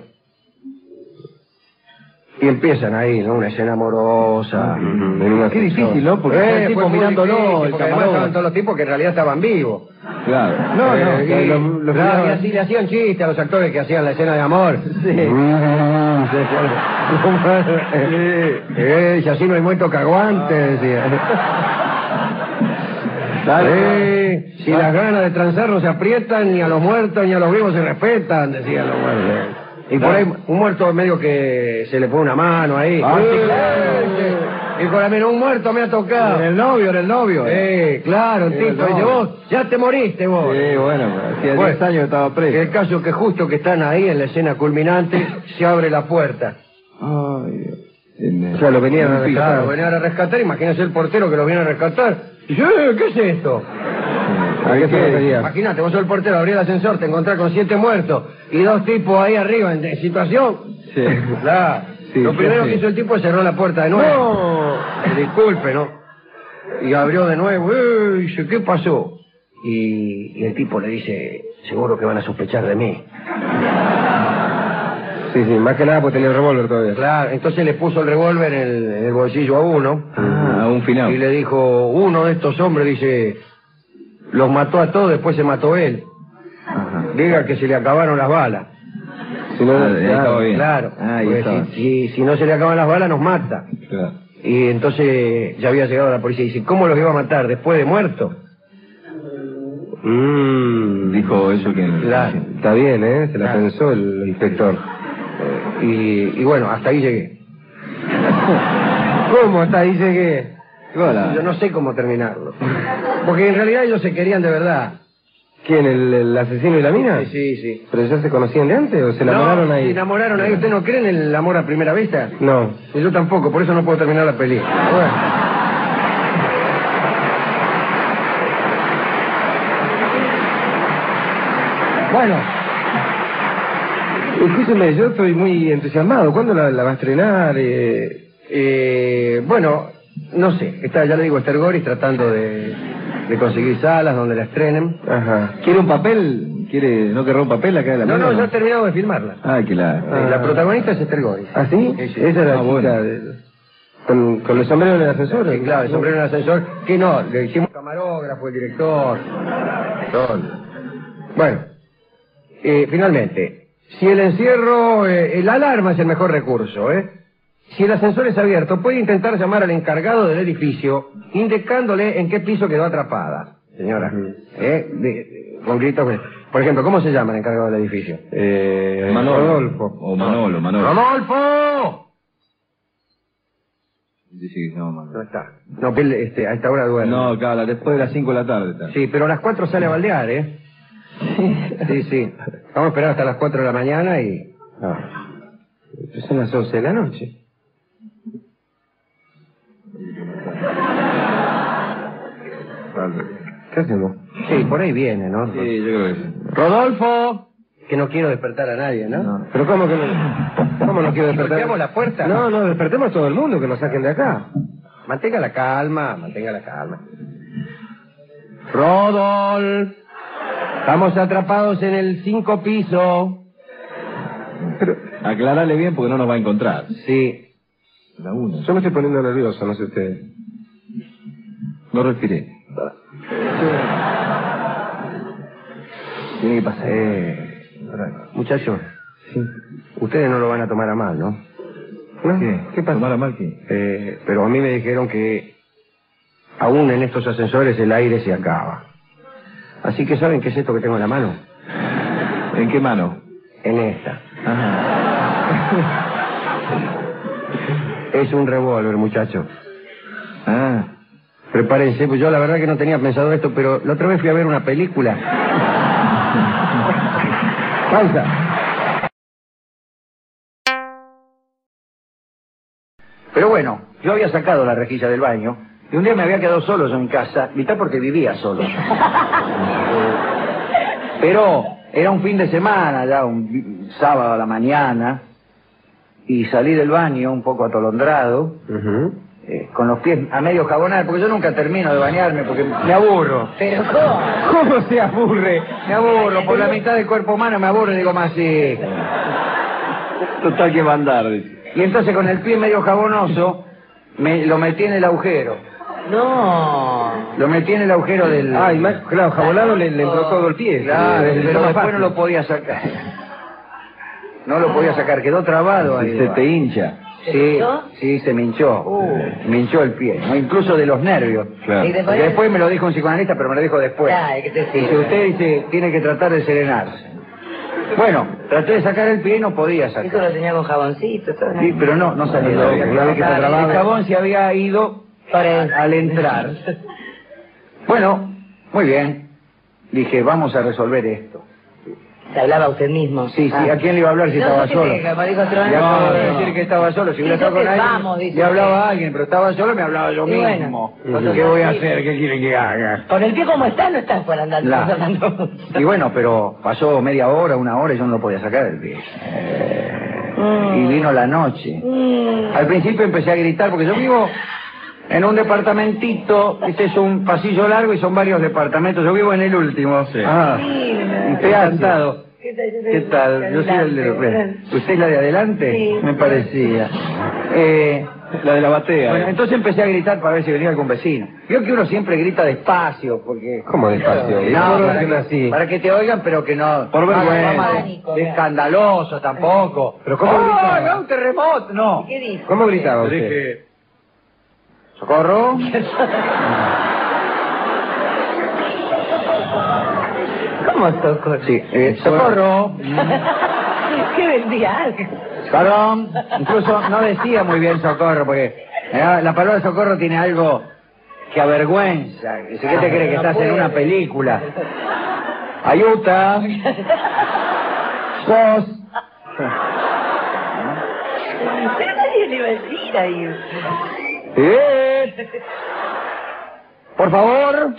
Speaker 1: Y empiezan ahí, ¿no? Una escena amorosa. Eh,
Speaker 2: en una
Speaker 3: Qué
Speaker 2: sección.
Speaker 3: difícil, ¿no? Porque todo el tipo
Speaker 1: fue muy
Speaker 3: mirándolo,
Speaker 1: difícil,
Speaker 3: el
Speaker 1: porque además
Speaker 3: camarógrafo.
Speaker 1: estaban todos los tipos que en realidad estaban vivos.
Speaker 3: Claro. No,
Speaker 1: Eh,
Speaker 3: no.
Speaker 1: y-
Speaker 3: lo- lo-
Speaker 1: claro, y así le hacían chiste a los actores que hacían la escena de amor. Eh, si así no hay muerto que aguante,
Speaker 3: Ah.
Speaker 1: decía. Eh, si las ganas de transar no se aprietan, ni a los muertos ni a los vivos se respetan, decían los muertos. Y por ahí un muerto medio que se le pone una mano ahí.
Speaker 3: Ah, sí.
Speaker 1: Eh, Y con la mano, un muerto me ha tocado.
Speaker 3: En el novio, en el novio.
Speaker 1: Eh, claro,
Speaker 3: Eh,
Speaker 1: Tito,
Speaker 3: no.
Speaker 1: dice, vos ya te moriste vos.
Speaker 3: Sí, bueno, pero hacía
Speaker 1: Bueno.
Speaker 3: 10 años que estaba preso.
Speaker 1: El caso que justo que están ahí en la escena culminante, se abre la puerta.
Speaker 3: Ay, Dios.
Speaker 2: O sea, lo venían a
Speaker 1: Claro,
Speaker 2: dejar.
Speaker 1: venían a rescatar, imagínese el portero que lo viene a rescatar. Y yo, "Eh, ¿qué es esto?
Speaker 2: ¿A qué se refería?
Speaker 1: Imagínate, vos sos el portero, abrí el ascensor, te encontrás con siete muertos y dos tipos ahí arriba en, en situación.
Speaker 3: Sí.
Speaker 1: Claro.
Speaker 3: Sí,
Speaker 1: lo
Speaker 3: sí,
Speaker 1: primero
Speaker 3: sí.
Speaker 1: que hizo el tipo es cerrar la puerta de nuevo. Eh, disculpe, ¿no? Y abrió de nuevo, "Eh", y dice, ¿qué pasó? Y, y el tipo le dice, seguro que van a sospechar de mí.
Speaker 2: Sí, sí, más que nada porque tenía el revólver todavía.
Speaker 1: Claro, entonces le puso el revólver en el, en el bolsillo a uno.
Speaker 3: Ah, a un final.
Speaker 1: Y le dijo, uno de estos hombres, dice, los mató a todos, después se mató él.
Speaker 2: Ah,
Speaker 3: Ajá.
Speaker 1: Diga que se le acabaron las balas.
Speaker 3: Si no, ahí Ah, estaba bien.
Speaker 1: Claro,
Speaker 3: Ah, ahí
Speaker 1: porque
Speaker 3: estaba.
Speaker 1: si, si- si no se le acaban las balas nos mata.
Speaker 3: Claro.
Speaker 1: Y entonces ya había llegado la policía y dice, ¿cómo los iba a matar? ¿Después de muerto?
Speaker 2: Mm,
Speaker 3: Dijo eso quien.
Speaker 1: Claro.
Speaker 2: Está bien, ¿eh? Se la
Speaker 1: Claro.
Speaker 2: pensó el inspector.
Speaker 1: Y, y bueno, hasta ahí llegué.
Speaker 2: ¿Cómo está? Ahí llegué. ah.
Speaker 3: Hola.
Speaker 1: Yo no sé cómo terminarlo. Porque en realidad ellos se querían de verdad.
Speaker 2: ¿Quién, el, el asesino y la mina?
Speaker 1: Sí, sí, sí.
Speaker 2: ¿Pero ya se conocían de antes o se enamoraron
Speaker 1: No,
Speaker 2: ahí?
Speaker 1: Se enamoraron ahí. ¿Usted no cree en el amor a primera vista?
Speaker 2: No.
Speaker 1: Y Yo tampoco, por eso no puedo terminar la peli. Bueno. Bueno,
Speaker 2: Escúcheme, yo estoy muy entusiasmado. ¿Cuándo la, la va a estrenar? Eh,
Speaker 1: eh, bueno, no sé. Está, ya le digo, Esther Goris tratando de, de conseguir salas donde la estrenen.
Speaker 2: Ajá.
Speaker 3: ¿Quiere un papel? ¿Quiere, ¿No querrá un papel acá de la
Speaker 1: No,
Speaker 3: mina,
Speaker 1: no, ya he terminado de filmarla.
Speaker 3: Ah, que la.
Speaker 1: Eh, La protagonista es Esther Goris.
Speaker 2: ¿Ah, sí?
Speaker 1: Sí, sí.
Speaker 2: Esa era la
Speaker 3: Ah,
Speaker 2: chica
Speaker 3: bueno.
Speaker 2: de- con, con los sombreros en el ascensor.
Speaker 1: Sí, claro, el sombrero en el ascensor. Que no, le hicimos camarógrafo, el director. todo. Bueno, eh, finalmente, si el encierro, eh, la alarma es el mejor recurso, ¿eh? Si el ascensor es abierto, puede intentar llamar al encargado del edificio, indicándole en qué piso quedó atrapada, señora. ¿Eh? De- de- con gritos, eh. Por ejemplo, ¿cómo se llama el encargado del edificio?
Speaker 2: Eh,
Speaker 3: Manolo.
Speaker 2: Rodolfo.
Speaker 3: O Manolo, Manolo.
Speaker 1: ¡Rodolfo!
Speaker 3: Dice que se llama Manolo.
Speaker 1: No está. No, que él, este, a esta hora duerme.
Speaker 3: No, claro, después de las 5 de la tarde está.
Speaker 1: Sí, pero a las 4 sale a baldear, ¿eh? Sí, sí. Vamos a esperar hasta las 4 de la mañana y...
Speaker 2: Ah. Son las 11 de la noche. ¿Qué hacemos?
Speaker 1: Sí, por ahí viene, ¿no?
Speaker 3: Sí, yo creo que sí.
Speaker 1: ¡Rodolfo! Que no quiero despertar a nadie, ¿no?
Speaker 3: No.
Speaker 2: ¿Pero cómo que no? ¿Cómo no quiero despertar?
Speaker 1: ¿Golpeamos la puerta?
Speaker 2: No, no, despertemos todo el mundo, que nos saquen de acá.
Speaker 1: Mantenga la calma, mantenga la calma. ¡Rodolfo! Estamos atrapados en el cinco piso.
Speaker 4: Aclarale bien porque no nos va a encontrar.
Speaker 1: Sí.
Speaker 4: La una.
Speaker 2: Yo me estoy poniendo nervioso, no sé usted.
Speaker 4: No respiré.
Speaker 2: Tiene que pasar.
Speaker 1: eh, Muchachos,
Speaker 2: sí.
Speaker 1: ustedes no lo van a tomar a mal, ¿no?
Speaker 2: ¿No?
Speaker 4: ¿Qué?
Speaker 2: ¿Qué pasa?
Speaker 4: ¿Tomar a mal qué?
Speaker 1: Eh, pero a mí me dijeron que aún en estos ascensores el aire se acaba. Así que ¿saben qué es esto que tengo en la mano?
Speaker 4: ¿En qué mano?
Speaker 1: En esta.
Speaker 4: Ajá.
Speaker 1: Es un revólver, muchachos.
Speaker 4: Ah.
Speaker 1: Prepárense, pues yo la verdad que no tenía pensado esto, pero la otra vez fui a ver una película. Pausa. Pero bueno, yo había sacado la rejilla del baño y un día me había quedado solo yo en casa, mitad porque vivía solo. Eh, Pero era un fin de semana ya, un vi- sábado a la mañana, y salí del baño un poco atolondrado. Eh, con los pies a medio jabonar, porque yo nunca termino de bañarme, porque me aburro.
Speaker 5: Pero ¿cómo?
Speaker 1: ¿Cómo se aburre? Me aburro, por la mitad del cuerpo humano me aburro y digo más sí.
Speaker 4: Total que va a andar.
Speaker 1: Y entonces con el pie medio jabonoso, me, lo metí en el agujero.
Speaker 5: No.
Speaker 1: Lo metí en el agujero del...
Speaker 2: Ah, y más, claro, jabonado le, le entró todo el pie.
Speaker 1: Claro,
Speaker 2: Eh,
Speaker 1: pero
Speaker 2: más
Speaker 1: después
Speaker 2: fácil.
Speaker 1: no lo podía sacar. No lo podía sacar, quedó trabado ahí.
Speaker 4: Se te hincha.
Speaker 5: ¿Se
Speaker 1: Sí,
Speaker 5: hinchó?
Speaker 1: sí, se me hinchó.
Speaker 2: Uh.
Speaker 1: Me hinchó el pie, ¿no? incluso de los nervios.
Speaker 4: Claro.
Speaker 5: Y de-
Speaker 1: Porque después me lo dijo un psicoanalista, pero me lo dijo después.
Speaker 5: Ay, que te
Speaker 1: Dice,
Speaker 5: sirva.
Speaker 1: usted dice, tiene que tratar de serenarse. Bueno, traté de sacar el pie y no podía
Speaker 5: Eso
Speaker 1: sacar.
Speaker 5: lo tenía con jaboncito, todo.
Speaker 1: Sí, pero no, no salió.
Speaker 2: No, no, no, no, no, no.
Speaker 1: El jabón se había ido
Speaker 5: Por eso.
Speaker 1: al entrar. Bueno, muy bien. Dije, vamos a resolver esto.
Speaker 5: Se hablaba usted mismo.
Speaker 1: Sí, sí,
Speaker 5: Ah.
Speaker 1: ¿a quién le iba a hablar si
Speaker 5: No,
Speaker 1: estaba
Speaker 5: no te
Speaker 1: solo?
Speaker 5: pega, como dijo Trono.
Speaker 1: Le acabo de
Speaker 5: No.
Speaker 1: decir que estaba solo. Si
Speaker 5: Sí,
Speaker 1: hubiera estado con
Speaker 5: entonces
Speaker 1: alguien,
Speaker 5: vamos, dice
Speaker 1: le hablaba
Speaker 5: usted.
Speaker 1: a alguien, pero estaba solo, me hablaba yo
Speaker 5: Y bueno.
Speaker 1: mismo.
Speaker 5: Entonces,
Speaker 1: ¿Qué voy a
Speaker 5: sí.
Speaker 1: hacer? ¿Qué quieren que haga?
Speaker 5: Con el pie como está, no estás por andar
Speaker 1: La.
Speaker 5: estás hablando mucho.
Speaker 1: Y bueno, pero pasó media hora, una hora y yo no lo podía sacar el pie. Y vino la noche.
Speaker 5: Mm.
Speaker 1: Al principio empecé a gritar porque yo vivo en un departamentito, este es un pasillo largo y son varios departamentos, yo vivo en el último.
Speaker 4: Sí.
Speaker 1: Ah, y te ha cantado.
Speaker 5: ¿Qué tal?
Speaker 1: ¿Qué tal? Yo soy el de ¿Usted es la de adelante?
Speaker 5: Sí.
Speaker 1: Me parecía. Eh,
Speaker 4: La de la batea.
Speaker 1: bueno,
Speaker 2: eh.
Speaker 1: entonces empecé a gritar para ver si venía algún vecino. Vio que uno siempre grita despacio porque...
Speaker 2: ¿Cómo
Speaker 1: No,
Speaker 2: despacio? Seguro
Speaker 1: para
Speaker 2: que no
Speaker 1: que,
Speaker 2: así.
Speaker 1: para que te oigan, pero que no.
Speaker 4: Por
Speaker 1: no haga
Speaker 4: vergüenza.
Speaker 1: fama de-
Speaker 5: Pánico,
Speaker 1: de
Speaker 5: claro.
Speaker 1: escandaloso tampoco.
Speaker 2: Pero ¿cómo
Speaker 1: ¡Oh,
Speaker 2: gritaba?
Speaker 1: no, un terremoto! No.
Speaker 5: ¿Qué dice?
Speaker 2: ¿Cómo gritaba usted?
Speaker 1: ¿Socorro?
Speaker 5: ¿Cómo socorro?
Speaker 1: Sí. eh, socorro.
Speaker 5: ¿Qué vendía algo?
Speaker 1: Perdón. Incluso no decía muy bien socorro porque eh, la palabra socorro tiene algo que avergüenza. ¿Qué te crees que
Speaker 5: no
Speaker 1: estás en
Speaker 5: puede.
Speaker 1: una película? Ayuta. Sos.
Speaker 5: Pero nadie le iba a decir ahí.
Speaker 1: Eh. Por favor.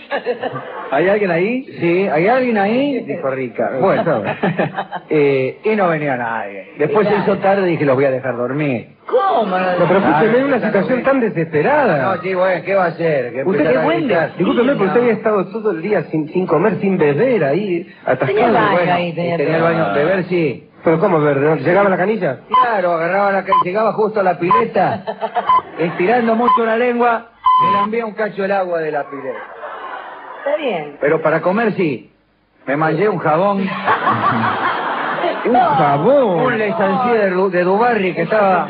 Speaker 1: ¿Hay alguien ahí? Sí, ¿hay alguien ahí? Dijo Rica. Bueno, eh, y no venía nadie. Después se hizo tarde y dije, los voy a dejar dormir.
Speaker 5: ¿Cómo?
Speaker 2: No, pero
Speaker 1: Ah,
Speaker 2: escúcheme, una
Speaker 1: está
Speaker 2: situación
Speaker 1: bien.
Speaker 2: tan desesperada.
Speaker 1: No, chico, eh, ¿qué va a hacer? Que
Speaker 2: Ah. Usted
Speaker 1: empezar
Speaker 2: qué
Speaker 1: a
Speaker 2: buen
Speaker 1: gritar.
Speaker 2: Discúlpeme,
Speaker 1: Sí,
Speaker 2: pero
Speaker 1: no.
Speaker 2: usted había estado todo el día sin, sin comer, sin beber ahí,
Speaker 5: Tenía
Speaker 2: atascado.
Speaker 5: el baño
Speaker 2: Bueno,
Speaker 5: ahí, tenía
Speaker 1: Y tenía el baño de ver sí.
Speaker 2: Pero ¿cómo beber? ¿No? ¿Llegaba la canilla?
Speaker 1: Claro, agarraba la ca- llegaba justo a la pileta, estirando mucho la lengua, me lambía un cacho el agua de la pileta.
Speaker 5: Está bien.
Speaker 1: Pero para comer sí. Me manché un jabón.
Speaker 2: ¡Un jabón!
Speaker 1: Un lesancié de, Ru- de Dubarry que estaba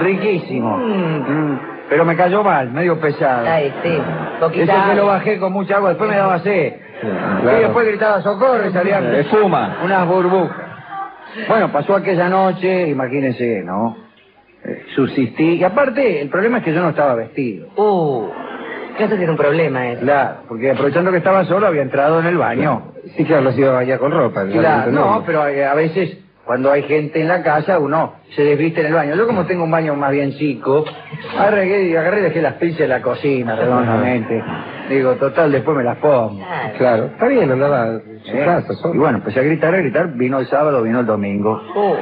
Speaker 1: riquísimo. Mm, Pero me cayó mal, medio pesado.
Speaker 5: Ay, sí.
Speaker 1: Eso
Speaker 5: Ah, este, Poquita.
Speaker 1: que lo bajé con mucha agua, después me daba sed.
Speaker 2: claro.
Speaker 1: Y después gritaba socorro y salían
Speaker 4: Eh, Espuma.
Speaker 1: unas burbujas. Bueno, pasó aquella noche, imagínense, ¿no? Eh, Subsistí. Y aparte, el problema es que yo no estaba vestido.
Speaker 5: Uh, eso sí es un problema, eh. eso.
Speaker 1: Claro, porque aprovechando que estaba solo había entrado en el baño.
Speaker 2: Sí, claro, no se iba a bañar con ropa.
Speaker 1: Claro,
Speaker 2: realmente,
Speaker 1: no, pero eh, a a veces cuando hay gente en la casa uno se desviste en el baño. Yo como tengo un baño más bien chico, agarré y agarré y dejé las pinzas en la cocina redondamente. Digo, total, después me las pongo.
Speaker 5: Claro.
Speaker 2: Claro, está bien, andaba en su
Speaker 1: ¿Eh?
Speaker 2: casa
Speaker 1: Y
Speaker 2: solo.
Speaker 1: bueno, empecé a gritar, a gritar, vino el sábado, vino el domingo.
Speaker 5: Uh,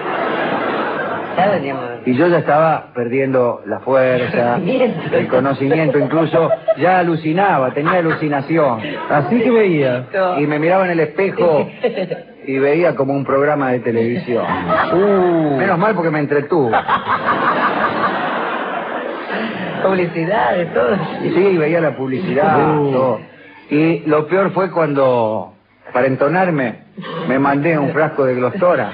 Speaker 5: ya veníamos.
Speaker 1: Y yo ya estaba perdiendo la fuerza, el conocimiento, incluso ya alucinaba, tenía alucinación.
Speaker 3: Así que veía.
Speaker 1: Y me miraba en el espejo y veía como un programa de televisión.
Speaker 2: Uh.
Speaker 1: Menos mal porque me entretuvo.
Speaker 5: Publicidad de todo.
Speaker 1: Y sí, veía la publicidad. todo. Y lo peor fue cuando, para entonarme, me mandé un frasco de glostora.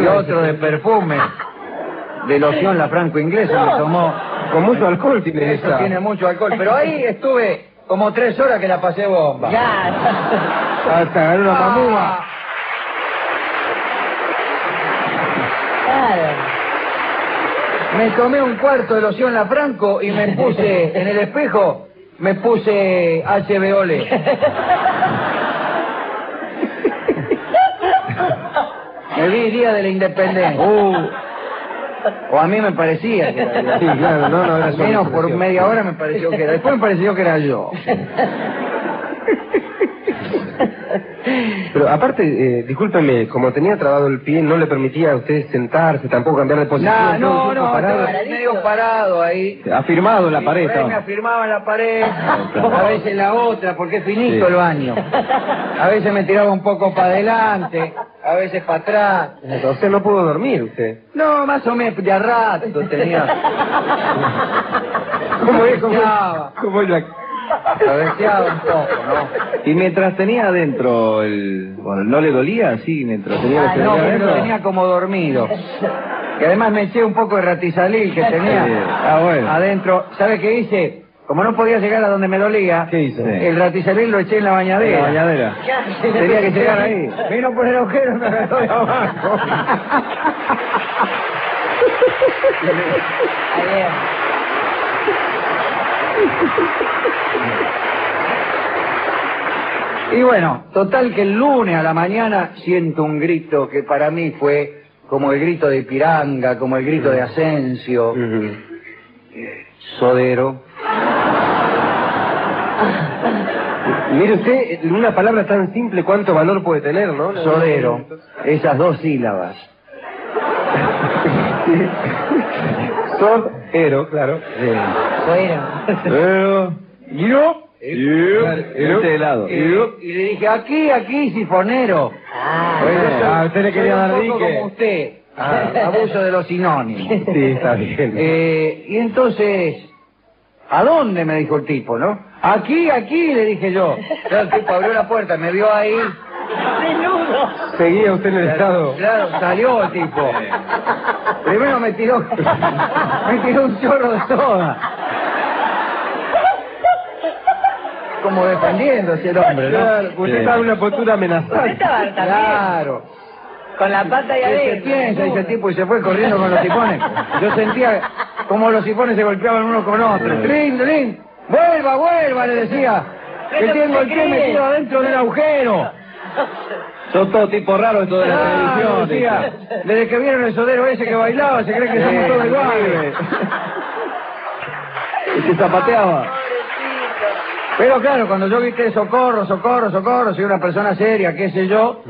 Speaker 1: Y otro de perfume. De loción la franco inglesa me tomó.
Speaker 2: Con mucho alcohol tiene
Speaker 1: Eso
Speaker 2: esa.
Speaker 1: tiene mucho alcohol. Pero ahí estuve como tres horas que la pasé bomba.
Speaker 5: Ya.
Speaker 2: Hasta agarrar una
Speaker 1: Ah.
Speaker 2: mamúa.
Speaker 5: Claro.
Speaker 1: Me tomé un cuarto de loción la franco y me puse en el espejo, me puse HBOLE. Me vi día de la independencia.
Speaker 2: Uh.
Speaker 1: O a mí me parecía que era yo.
Speaker 2: Sí, claro, no, no, era
Speaker 1: Al
Speaker 2: su
Speaker 1: menos por
Speaker 2: impresión.
Speaker 1: media hora me pareció que era. Después me pareció que era yo.
Speaker 2: Pero aparte, eh, discúlpeme, como tenía trabado el pie, no le permitía a usted sentarse, tampoco cambiar
Speaker 4: Pues
Speaker 2: de posición.
Speaker 1: Nah,
Speaker 2: todo
Speaker 1: no, no,
Speaker 2: el tiempo parado.
Speaker 1: estaba medio parado ahí.
Speaker 4: Afirmado la pared.
Speaker 1: Por ahí me
Speaker 4: estaba. Ah,
Speaker 1: afirmaba en la pared,
Speaker 4: claro.
Speaker 1: a veces la otra, porque es finito
Speaker 4: Sí.
Speaker 1: el baño. A veces me tiraba un poco para adelante, a veces para atrás.
Speaker 2: Entonces no pudo dormir usted.
Speaker 1: No, más o menos de a rato tenía.
Speaker 2: ¿Cómo es? ¿Cómo es?
Speaker 1: Cabeceaba,
Speaker 2: ¿Cómo es la-
Speaker 1: cabeceaba un poco, ¿no?
Speaker 4: Y mientras tenía adentro el... Bueno, ¿no le dolía así mientras tenía la
Speaker 5: Ah,
Speaker 1: No,
Speaker 4: extremidad
Speaker 1: pero lo
Speaker 4: adentro?
Speaker 1: tenía como dormido. Que además me eché un poco de ratizalil que
Speaker 4: Sí.
Speaker 1: tenía
Speaker 4: Ah, bueno.
Speaker 1: adentro. ¿Sabe qué hice? Como no podía llegar a donde me dolía,
Speaker 4: ¿Qué hizo?
Speaker 1: el ratizalil lo eché en la
Speaker 4: La
Speaker 1: bañadera.
Speaker 4: bañadera.
Speaker 5: Ya.
Speaker 1: Tenía que llegar ahí. Vino por el agujero y me agarró de abajo.
Speaker 5: Ayer.
Speaker 1: Y bueno, total que el lunes a la mañana siento un grito que para mí fue como el grito de Piranga, como el grito de Asensio,
Speaker 2: Ujú.
Speaker 1: Sodero.
Speaker 2: Mire usted, una palabra tan simple, ¿cuánto valor puede tener, no?
Speaker 1: Sodero, esas dos sílabas.
Speaker 2: Sodero, claro.
Speaker 5: Bueno.
Speaker 4: Pero...
Speaker 1: Eh,
Speaker 4: Yo... Este helado.
Speaker 1: Y, y le dije, aquí, aquí, sifonero.
Speaker 5: Ah.
Speaker 2: Ah, usted le quería dar
Speaker 1: Soy un poco
Speaker 2: dique.
Speaker 1: como usted, abuso de los sinónimos.
Speaker 2: Sí, está bien.
Speaker 1: Eh, y entonces, ¿a dónde? me dijo el tipo, ¿no? Aquí, aquí, le dije yo. Claro, el tipo abrió la puerta, me vio ahí.
Speaker 5: Menudo.
Speaker 2: Seguía usted en el estado.
Speaker 1: Claro, salió el tipo. Primero me tiró, me tiró un chorro de soda. Como defendiéndose el hombre, ¿no?
Speaker 2: Claro, usted estaba en una postura
Speaker 5: Usted
Speaker 2: amenazante.
Speaker 5: estaba también.
Speaker 1: Claro.
Speaker 5: Con la pata y
Speaker 1: Y se
Speaker 5: adentro.
Speaker 1: piensa, dice el
Speaker 5: menudo.
Speaker 1: tipo, y se fue corriendo con los sifones. Yo sentía como los sifones se golpeaban uno con otro. Trin, trin, vuelva, vuelva, le decía. Que
Speaker 5: Pero
Speaker 1: tengo
Speaker 5: se
Speaker 1: el pie
Speaker 5: cree.
Speaker 1: metido adentro del agujero.
Speaker 4: Son todo tipo raro esto de la
Speaker 1: Claro,
Speaker 4: televisión.
Speaker 1: decía.
Speaker 4: dice.
Speaker 1: Desde que vieron el sodero ese que bailaba, se cree que somos
Speaker 4: Sí,
Speaker 1: todos
Speaker 4: sí.
Speaker 1: iguales.
Speaker 4: Y se zapateaba.
Speaker 5: Pobrecito.
Speaker 1: Pero claro, cuando yo vi que socorro, socorro, socorro, soy una persona seria, qué sé yo,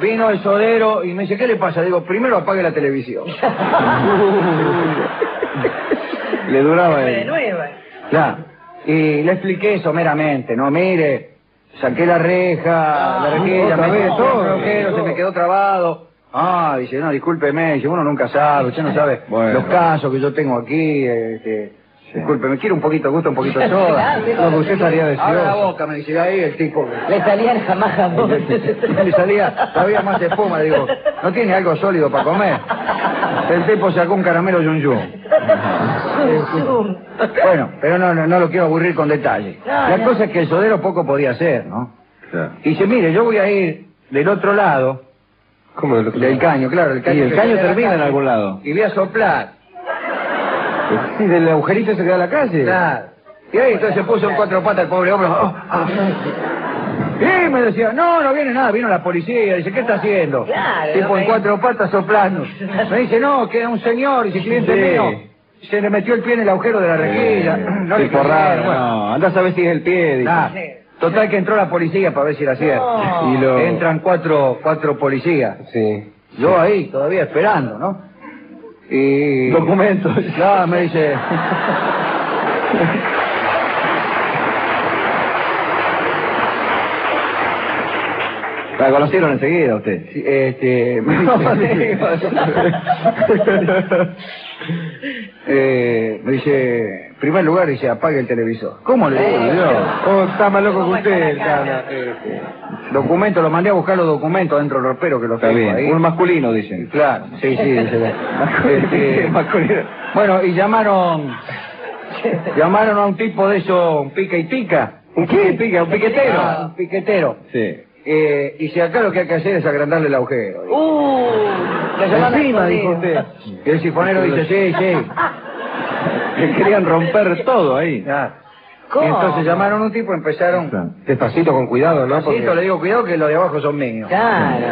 Speaker 1: vino el sodero y me dice, ¿qué le pasa? Digo, primero apague la televisión.
Speaker 4: Le duraba
Speaker 5: Pero de
Speaker 4: el...
Speaker 5: nuevo.
Speaker 1: Claro. Y le expliqué someramente, no, mire, saqué la reja, la rejilla,
Speaker 2: otra
Speaker 1: me
Speaker 2: vez,
Speaker 1: Ah, todo,
Speaker 2: todo.
Speaker 1: se me quedó trabado. Ah, dice, no, discúlpeme, dice, uno nunca sabe, usted no sabe
Speaker 4: Bueno.
Speaker 1: los casos que yo tengo aquí, este, discúlpeme, quiero un poquito de gusto, un poquito de soda.
Speaker 5: Claro, digo,
Speaker 1: No, usted salía
Speaker 2: deseoso.
Speaker 1: Abra la boca, me decía ahí el tipo.
Speaker 5: Le salían jamás jamón.
Speaker 1: Le salía, todavía más espuma, digo, no tiene algo sólido para comer. El tipo sacó un caramelo yun yun.
Speaker 5: Zum, zum.
Speaker 1: Bueno, pero no, no, no lo quiero aburrir con detalles.
Speaker 5: No,
Speaker 1: la
Speaker 5: no.
Speaker 1: cosa es que el sodero poco podía hacer, ¿no?
Speaker 4: Claro.
Speaker 1: Y dice, mire, yo voy a ir del otro lado
Speaker 2: ¿Cómo lo
Speaker 1: del caño, claro, el caño.
Speaker 4: Y el
Speaker 1: que
Speaker 4: caño
Speaker 1: queda
Speaker 4: termina
Speaker 1: acá,
Speaker 4: en algún lado.
Speaker 1: Y voy a soplar,
Speaker 2: Sí, del agujerito se queda a la calle.
Speaker 1: claro. Y ahí entonces se puso en cuatro patas el pobre hombre. oh, ah. Y me decía, no, no viene nada, vino la policía. Dice, ¿qué
Speaker 4: Ah,
Speaker 1: está haciendo?
Speaker 5: Claro,
Speaker 1: tipo
Speaker 5: no
Speaker 1: en
Speaker 5: me-
Speaker 1: cuatro patas soplando. Me dice, no, queda un señor, dice, cliente
Speaker 4: Sí.
Speaker 1: mío. Se le metió el pie en el agujero de la rejilla. No le
Speaker 4: tipo
Speaker 1: quisieron,
Speaker 4: raro.
Speaker 1: bueno.
Speaker 4: No, anda a saber si es el pie. dice.
Speaker 1: Nah.
Speaker 5: Sí.
Speaker 1: Total que entró la policía para ver si la cierra.
Speaker 5: No.
Speaker 1: Y lo- Entran cuatro, cuatro policías.
Speaker 2: Sí.
Speaker 1: Yo ahí, todavía esperando, ¿no?
Speaker 2: Y...
Speaker 1: Documentos. Claro, me dice.
Speaker 4: La conocieron enseguida a usted.
Speaker 1: Sí, Este, me dice, Eh, me dice, en primer lugar, dice, apague el televisor.
Speaker 4: ¿Cómo le digo?
Speaker 2: Oh, está más loco
Speaker 5: ¿Cómo
Speaker 2: que
Speaker 5: está
Speaker 2: usted,
Speaker 5: la
Speaker 2: Tana.
Speaker 5: cara?
Speaker 2: Este,
Speaker 1: Documento, lo mandé a buscar los documentos dentro del ropero que los
Speaker 4: Está
Speaker 1: tengo
Speaker 4: bien.
Speaker 1: ahí.
Speaker 4: Un masculino, dicen.
Speaker 1: Claro, sí, sí, dice. Este,
Speaker 4: masculino.
Speaker 1: bueno, y llamaron, llamaron a un tipo de esos, un pica y pica.
Speaker 2: ¿Un
Speaker 1: Pica y
Speaker 2: qué?
Speaker 1: pica, un piquetero.
Speaker 5: Ah.
Speaker 1: un piquetero.
Speaker 4: Sí.
Speaker 1: Eh, y si acá lo que hay que hacer es agrandarle el agujero. dijo.
Speaker 5: Uh, lo llamaron
Speaker 1: Encima,
Speaker 5: al
Speaker 1: dijo usted.
Speaker 5: escondite.
Speaker 1: Y el sifonero dice, sí, sí.
Speaker 4: Que querían romper todo ahí.
Speaker 1: Ya. Y
Speaker 5: ¿Cómo?
Speaker 1: entonces llamaron a un tipo y empezaron.
Speaker 4: Claro.
Speaker 2: Despacito, con cuidado, ¿no?
Speaker 1: Despacito, le
Speaker 2: Porque...
Speaker 1: digo, cuidado que los de abajo son míos.
Speaker 5: Claro,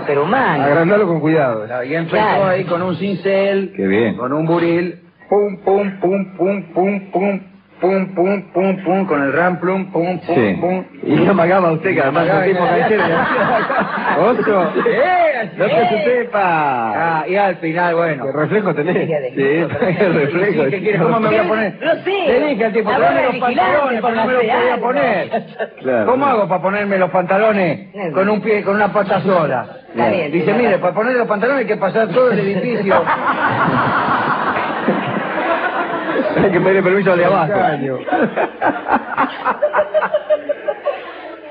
Speaker 5: un ser humano.
Speaker 2: Agrandalo con cuidado.
Speaker 1: Y empezó
Speaker 5: Claro.
Speaker 1: ahí con un cincel,
Speaker 4: Qué bien.
Speaker 1: con un buril, pum, pum, pum, pum, pum, pum, pum, pum, pum, pum, con el ramplum, pum, pum,
Speaker 4: Sí.
Speaker 1: pum.
Speaker 4: Y no pagaba usted que además
Speaker 1: Pagaba
Speaker 4: un tipo
Speaker 1: que-
Speaker 4: canchero. Otro.
Speaker 1: ¡Eh!
Speaker 4: No
Speaker 1: eh.
Speaker 4: se sepa.
Speaker 1: Ah, y al final, bueno.
Speaker 2: ¿Qué reflejo tenés?
Speaker 4: Sí, el reflejo.
Speaker 1: Sí, ¿qué quiere? ¿Cómo me voy a poner?
Speaker 5: No sé.
Speaker 1: Le dije al tipo,
Speaker 5: La
Speaker 1: tráeme
Speaker 5: bola
Speaker 1: los
Speaker 5: de
Speaker 1: pantalones,
Speaker 5: vigilante
Speaker 1: porque no me los
Speaker 5: con la
Speaker 1: podía
Speaker 5: real,
Speaker 1: poner.
Speaker 4: Claro.
Speaker 1: ¿Cómo hago para ponerme los pantalones con un pie, con una pata sola?
Speaker 5: Está bien,
Speaker 1: Dice,
Speaker 5: señora.
Speaker 1: mire, para poner los pantalones hay que pasar todo el edificio.
Speaker 4: Hay que pedir permiso al de abajo.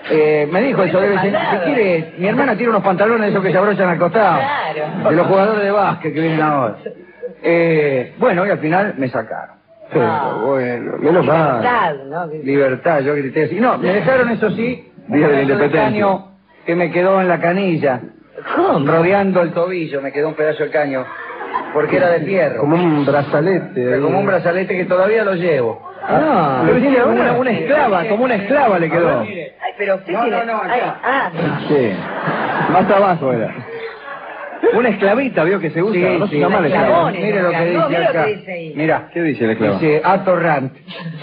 Speaker 1: Eh, me dijo eso, debe ser,
Speaker 5: Maldad.
Speaker 1: ¿qué quiere? Mi hermana tiene unos pantalones esos que se abrochan al costado.
Speaker 5: Claro.
Speaker 1: De los jugadores de básquet que vienen ahora. Eh, bueno, y al final me sacaron.
Speaker 2: Pero bueno, menos mal.
Speaker 5: Libertad, ¿no? Que-
Speaker 1: Libertad, yo grité así. No, me dejaron eso sí,
Speaker 4: Día de la
Speaker 1: pedazo
Speaker 4: Independencia.
Speaker 1: caño que me quedó en la canilla,
Speaker 5: ¿Cómo?
Speaker 1: rodeando el tobillo, me quedó un pedazo de caño, porque era de fierro.
Speaker 2: Como un brazalete. ahí.
Speaker 1: Como un brazalete que todavía lo llevo.
Speaker 5: Ah,
Speaker 1: Lo tiene
Speaker 5: ahora.
Speaker 1: una, una esclava, como una esclava le quedó.
Speaker 5: Ay, pero usted
Speaker 1: No,
Speaker 5: tiene...
Speaker 1: no, no, acá.
Speaker 5: Ay, ah,
Speaker 4: Sí. Más abajo era. Una esclavita, vio que se usa.
Speaker 1: Sí,
Speaker 4: no se
Speaker 1: sí.
Speaker 4: llama la esclava.
Speaker 5: Clavones,
Speaker 1: Mire lo que
Speaker 5: no,
Speaker 1: dice
Speaker 5: mire lo que
Speaker 1: acá.
Speaker 5: dice ahí.
Speaker 1: Mira,
Speaker 4: ¿Qué dice la esclava?
Speaker 1: dice Atorrant,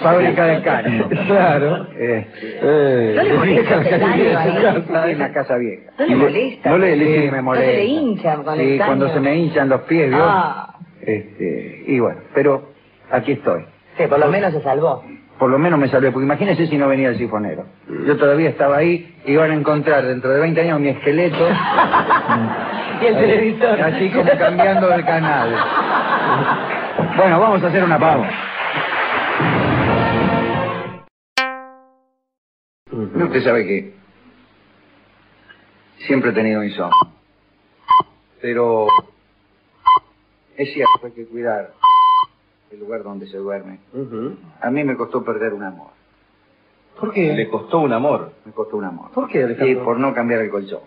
Speaker 1: fábrica de caño.
Speaker 2: Claro.
Speaker 1: Eh,
Speaker 2: Eh,
Speaker 5: No le molesta ese daño ahí.
Speaker 1: está en la casa vieja.
Speaker 5: No le
Speaker 4: Y le-
Speaker 5: molesta.
Speaker 4: no le-
Speaker 1: Sí, me
Speaker 5: No se
Speaker 1: molesta.
Speaker 5: le hinchan con el
Speaker 1: Sí,
Speaker 5: caño.
Speaker 1: cuando se me hinchan los pies, ¿vio?
Speaker 5: Ah,
Speaker 1: Este, y bueno, pero aquí estoy.
Speaker 5: sí, por lo menos se salvó.
Speaker 1: Por lo menos me salvé, porque imagínese si no venía el sifonero. Yo todavía estaba ahí y iban a encontrar dentro de 20 años mi esqueleto.
Speaker 5: Y el televisor.
Speaker 1: Así como cambiando de canal. Bueno, vamos a hacer una pausa. No, Usted sabe que siempre he tenido insomnio. Pero es cierto, hay que cuidar el lugar donde se duerme.
Speaker 2: ujú.
Speaker 1: A mí me costó perder un amor.
Speaker 2: ¿Por
Speaker 4: Le
Speaker 2: qué?
Speaker 4: costó un amor.
Speaker 1: Me costó un amor.
Speaker 2: ¿Por qué,
Speaker 1: Y
Speaker 2: Alejandro?
Speaker 1: por no cambiar el colchón.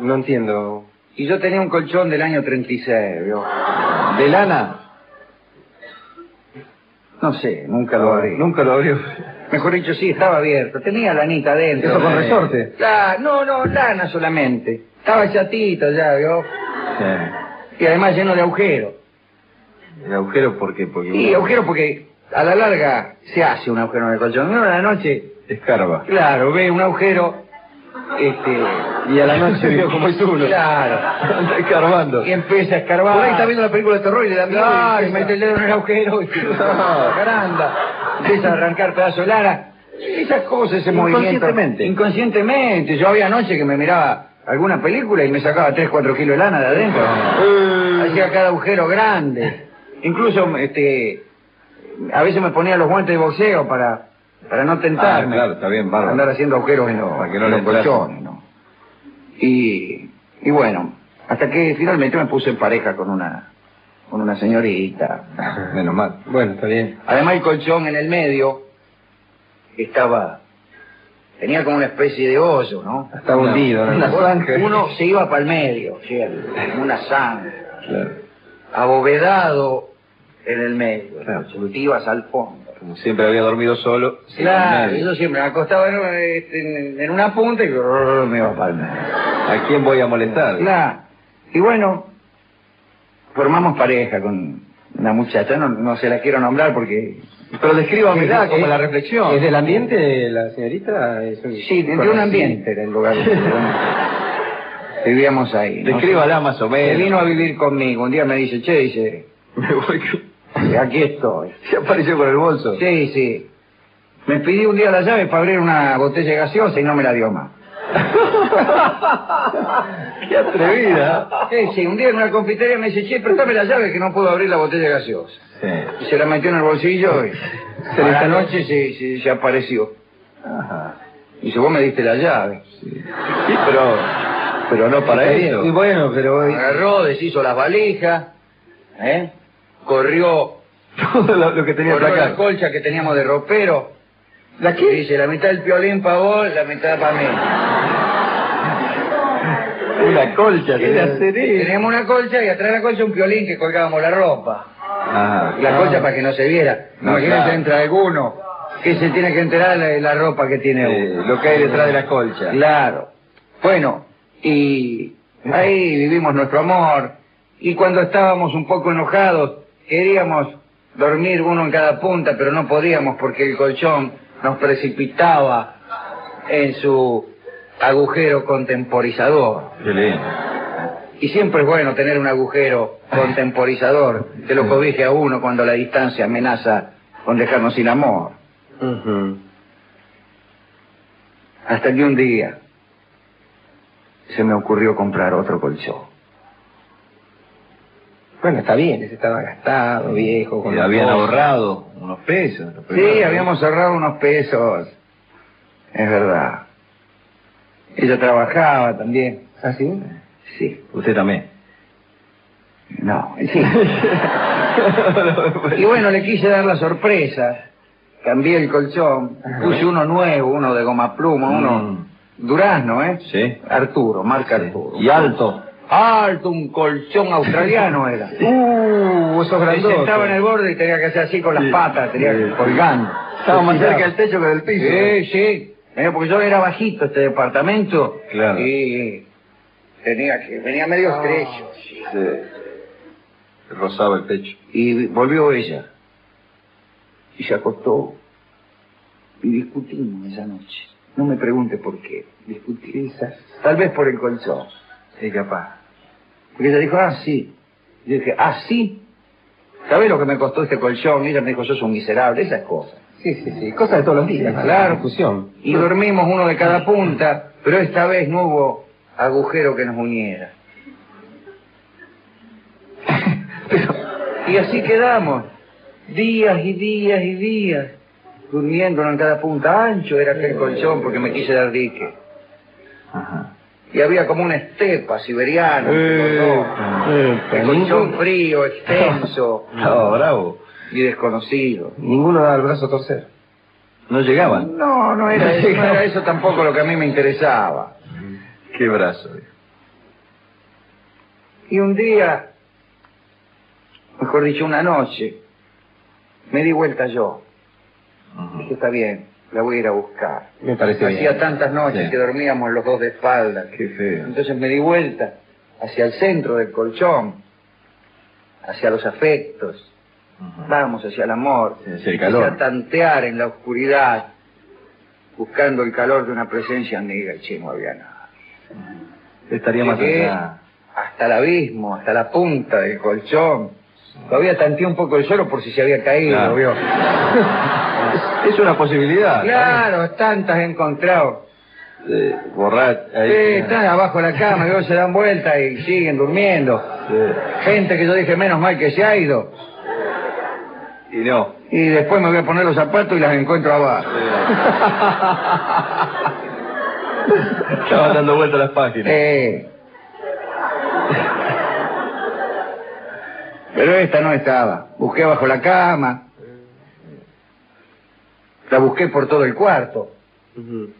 Speaker 2: No entiendo.
Speaker 1: Y yo tenía un colchón del año 36, ¿vio?
Speaker 4: ¿De lana?
Speaker 1: No sé, nunca lo abrí.
Speaker 4: Nunca lo abrió.
Speaker 1: Mejor dicho, sí, estaba abierto. Tenía lanita adentro.
Speaker 2: ¿Eso con
Speaker 1: Eh,
Speaker 2: resorte?
Speaker 1: la- no, no, lana solamente. Estaba chatito ya, ¿vio?
Speaker 4: Sí.
Speaker 1: Y además lleno de agujeros.
Speaker 4: ¿El agujero por qué? Porque
Speaker 1: Y agujeros porque a la larga se hace un agujero en el colchón. Uno a la noche,
Speaker 4: escarba.
Speaker 1: claro, ve un agujero, este...
Speaker 4: Y a la noche vio como es uno.
Speaker 1: Claro.
Speaker 4: Anda escarbando.
Speaker 1: Y empieza a escarbar.
Speaker 2: Por ahí está viendo la película de terror y le da miedo.
Speaker 1: Claro, y
Speaker 2: y
Speaker 1: mete el dedo en el agujero y caranda. Empieza a arrancar pedazo de lana. Esas cosas, ese movimiento.
Speaker 4: Inconscientemente.
Speaker 1: Inconscientemente. Yo había noche que me miraba alguna película y me sacaba 3, 4 kilos de lana de adentro.
Speaker 4: Ah.
Speaker 1: Hacía cada agujero grande. Incluso, este, a veces me ponía los guantes de boxeo para, para no tentarme.
Speaker 4: Ah, claro, está bien, bárbaro.
Speaker 1: Andar haciendo agujeros en los,
Speaker 4: Para que no
Speaker 1: en
Speaker 4: le
Speaker 1: los
Speaker 4: entrasen.
Speaker 1: colchones, ¿no? Y, y bueno, hasta que finalmente me puse en pareja con una, con una señorita.
Speaker 4: Menos mal.
Speaker 2: Bueno, está bien.
Speaker 1: Además el colchón en el medio estaba, tenía como una especie de hoyo, ¿no?
Speaker 2: Está hundido. ¿no?
Speaker 1: Una zanja. Uno se iba para el medio, siempre, como una zanja,
Speaker 4: Claro.
Speaker 1: abovedado en el medio.
Speaker 4: Claro.
Speaker 1: Tú te ibas al fondo.
Speaker 4: Como siempre había dormido solo. sin
Speaker 1: claro,
Speaker 4: nadie.
Speaker 1: yo siempre me acostaba en, en- en una punta y brrr, me iba para el medio.
Speaker 4: ¿A quién voy a molestar?
Speaker 1: Claro. Y bueno, formamos pareja con una muchacha, no, no se la quiero nombrar porque
Speaker 2: Pero descríbamela como
Speaker 5: Eh,
Speaker 2: la reflexión.
Speaker 5: ¿Es del ambiente de la señorita? Es un-
Speaker 1: Sí, de- de un ambiente.
Speaker 5: Del lugar de-
Speaker 1: Vivíamos ahí. ¿no?
Speaker 2: Descríbala más o
Speaker 1: Se
Speaker 2: menos.
Speaker 1: vino a vivir conmigo. Un día me dice, che, dice,
Speaker 2: Me voy con-
Speaker 1: aquí estoy.
Speaker 2: Se apareció con el bolso.
Speaker 1: Sí, sí. Me pidió un día la llave para abrir una botella gaseosa y no me la dio más.
Speaker 2: Qué atrevida.
Speaker 1: Sí, sí, un día en una confitería me dice, che, préstame la llave que no puedo abrir la botella gaseosa. Y se la metió en el bolsillo y
Speaker 2: Se le
Speaker 1: a la
Speaker 2: salió.
Speaker 1: noche se, se- se apareció.
Speaker 2: Ajá.
Speaker 1: Y dice, vos me diste la llave.
Speaker 2: Sí, pero, pero no para eso.
Speaker 5: Y bueno, pero...
Speaker 1: Agarró, deshizo las valijas, ¿eh? corrió
Speaker 2: Todo lo, lo que tenía
Speaker 1: corrió la
Speaker 2: sacado.
Speaker 1: colcha que teníamos de ropero. ¿La qué? Dice, la mitad del piolín para vos, la mitad para mí.
Speaker 2: Una colcha. tenía.
Speaker 1: Teníamos una colcha y atrás de la colcha un piolín que colgábamos la ropa.
Speaker 2: Ajá.
Speaker 1: La colcha para que no se viera.
Speaker 2: Ah. No,
Speaker 1: Imagínense
Speaker 2: claro.
Speaker 1: entra alguno que se tiene que enterar de la ropa que tiene
Speaker 2: Eh,
Speaker 1: uno.
Speaker 2: lo que hay detrás de la colcha.
Speaker 1: Claro. Bueno, y ahí vivimos nuestro amor. Y cuando estábamos un poco enojados, queríamos dormir uno en cada punta, pero no podíamos porque el colchón nos precipitaba en su agujero contemporizador.
Speaker 2: Qué lindo.
Speaker 1: Y siempre es bueno tener un agujero contemporizador que lo cobije a uno cuando la distancia amenaza con dejarnos sin amor.
Speaker 5: Ujú.
Speaker 1: Hasta que un día se me ocurrió comprar otro colchón.
Speaker 5: Bueno, está bien, ese estaba gastado, viejo, con
Speaker 2: Y
Speaker 5: la
Speaker 2: habían
Speaker 5: cosa.
Speaker 2: ahorrado unos pesos. los
Speaker 1: Sí,
Speaker 2: primeros.
Speaker 1: habíamos ahorrado unos pesos. Es verdad. Ella trabajaba también.
Speaker 5: ¿Ah, sí?
Speaker 1: Sí.
Speaker 2: Usted también.
Speaker 1: No, sí. Y bueno, le quise dar la sorpresa. Cambié el colchón. Puse uno nuevo, uno de goma pluma, uno
Speaker 2: Mm.
Speaker 1: durazno, ¿eh?
Speaker 2: Sí.
Speaker 1: Arturo, marca
Speaker 2: Sí.
Speaker 1: Arturo.
Speaker 2: Y alto.
Speaker 1: Alto, un colchón australiano era.
Speaker 5: Uh, vos sos
Speaker 1: Me
Speaker 5: grandote.
Speaker 1: sentaba en el borde y tenía que hacer así con las
Speaker 2: Sí.
Speaker 1: patas, tenía que
Speaker 2: Sí.
Speaker 1: colgando.
Speaker 2: Estaba más cerca
Speaker 1: del techo que del piso. Sí, sí. Eh, Porque yo era bajito este departamento.
Speaker 2: Claro.
Speaker 1: Y tenía que, venía medio estrecho. sí.
Speaker 2: Se rozaba el pecho.
Speaker 1: Y volvió ella. Y se acostó. Y discutimos esa noche. No me pregunte por qué. Discutí. Tal vez por el colchón.
Speaker 2: Sí, capaz.
Speaker 1: Porque ella dijo, ah, sí. Yo dije, ah, sí. ¿Sabés lo que me costó este colchón? Y ella me dijo, sos un miserable, esas cosas.
Speaker 5: Sí, sí, sí, cosa de todos los días.
Speaker 1: Sí,
Speaker 5: la
Speaker 1: claro.
Speaker 2: pues
Speaker 5: discusión.
Speaker 1: Y dormimos uno de cada punta, pero esta vez no hubo agujero que nos uniera. y así quedamos, días y días y días, durmiendo uno en cada punta. Ancho era aquel colchón porque me quise dar dique.
Speaker 2: Ajá.
Speaker 1: Y había como una estepa siberiana. entre los dos. El colchón frío, extenso
Speaker 2: Estaba bravo.
Speaker 1: y desconocido.
Speaker 5: Ninguno da el brazo a torcer.
Speaker 2: No llegaban.
Speaker 1: No, no era eso, no era eso tampoco lo que a mí me interesaba.
Speaker 2: Qué brazo.
Speaker 1: Y un día, mejor dicho, una noche, me di vuelta yo. Dije, está bien, la voy a ir a buscar.
Speaker 5: Me parece
Speaker 1: Hacía
Speaker 5: bien.
Speaker 1: tantas noches
Speaker 2: Bien.
Speaker 1: que dormíamos los dos de espalda.
Speaker 2: Qué feo.
Speaker 1: Entonces me di vuelta hacia el centro del colchón, hacia los afectos. Vamos hacia el amor,
Speaker 2: Sí, hacia el
Speaker 1: Empecé
Speaker 2: calor.
Speaker 1: a tantear en la oscuridad, buscando el calor de una presencia amiga. Y che, no había nada.
Speaker 2: Estaría más
Speaker 1: Llegué
Speaker 2: allá.
Speaker 1: hasta el abismo, hasta la punta del colchón. Todavía tanteé un poco el suelo por si se había caído,
Speaker 2: Claro.
Speaker 1: ¿vio?
Speaker 2: Es una posibilidad.
Speaker 1: Claro, tantas he encontrado.
Speaker 2: Eh, borracho. ahí.
Speaker 1: Sí, están abajo de la cama, y luego se dan vuelta y siguen durmiendo.
Speaker 2: Sí.
Speaker 1: Gente que yo dije, menos mal que se ha ido.
Speaker 2: Y no.
Speaker 1: Y después me voy a poner los zapatos y las encuentro abajo.
Speaker 2: Estaban dando vuelta las páginas.
Speaker 1: Sí. Pero esta no estaba. Busqué bajo la cama. La busqué por todo el cuarto,
Speaker 5: Ujú.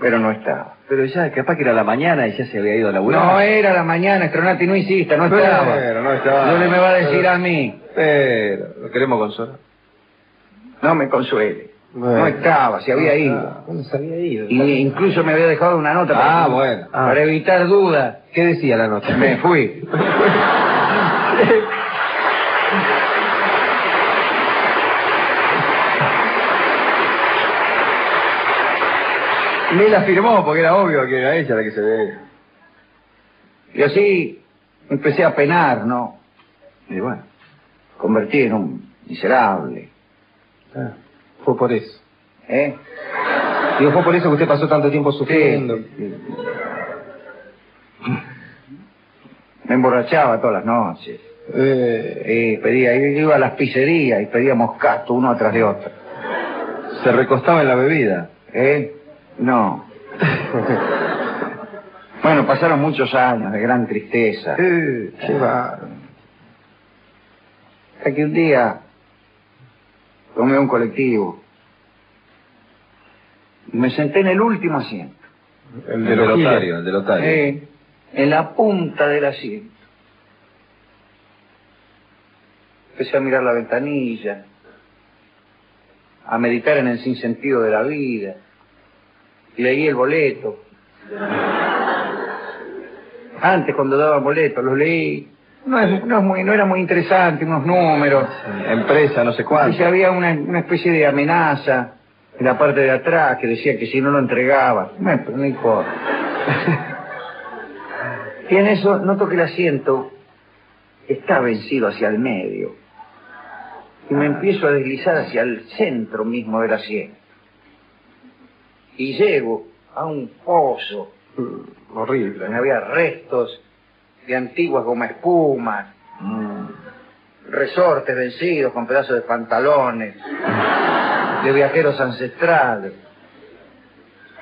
Speaker 1: pero no estaba.
Speaker 2: Pero ya, capaz que era la mañana y ya se había ido a la
Speaker 1: No era la mañana, Estronati, no hiciste, no estaba.
Speaker 2: Pero no estaba.
Speaker 1: No le me va a decir a mí.
Speaker 2: Pero, lo queremos consolar.
Speaker 1: No me consuele. No
Speaker 5: Bueno.
Speaker 1: estaba, se había ido.
Speaker 5: Ah, ¿Dónde se había ido?
Speaker 1: Y incluso me había dejado una nota para,
Speaker 2: Ah, bueno.
Speaker 5: Ah.
Speaker 1: para evitar dudas.
Speaker 5: ¿Qué decía la nota?
Speaker 1: Me fui.
Speaker 3: Ni la firmó porque era obvio que era ella la que se ve. Y así empecé a penar, ¿no? Y bueno, convertí en un miserable,
Speaker 2: Ah, Fue por eso.
Speaker 3: ¿eh?
Speaker 2: Digo, fue por eso que usted pasó tanto tiempo sufriendo.
Speaker 3: Me emborrachaba todas las noches.
Speaker 2: Eh,
Speaker 3: Y pedía, y iba a las pizzerías y pedíamos casto uno atrás de otro.
Speaker 4: Se recostaba en la bebida.
Speaker 3: ¿Eh? No. bueno, pasaron muchos años de gran tristeza.
Speaker 2: eh, qué va.
Speaker 3: Hasta que un día tomé un colectivo. Me senté en el último asiento.
Speaker 4: El del
Speaker 2: Giles.
Speaker 4: otario, el del otario.
Speaker 3: Eh, en la punta del asiento. Empecé a mirar la ventanilla, a meditar en el sinsentido de la vida. Leí el boleto. Antes, cuando daba boletos, los leí. No, es- no es muy, no era muy interesante, unos números.
Speaker 4: Empresa, no sé
Speaker 3: Y si
Speaker 4: cuánto.
Speaker 3: había una, una especie de amenaza en la parte de atrás que decía que si no lo entregaba. Bueno, pero no importa. y en eso noto que el asiento está vencido hacia el medio. Y me empiezo a deslizar hacia el centro mismo del asiento. Y llego a un pozo
Speaker 2: Mm, horrible.
Speaker 3: donde había restos de antiguas goma espumas, Mm. resortes vencidos con pedazos de pantalones, de viajeros ancestrales.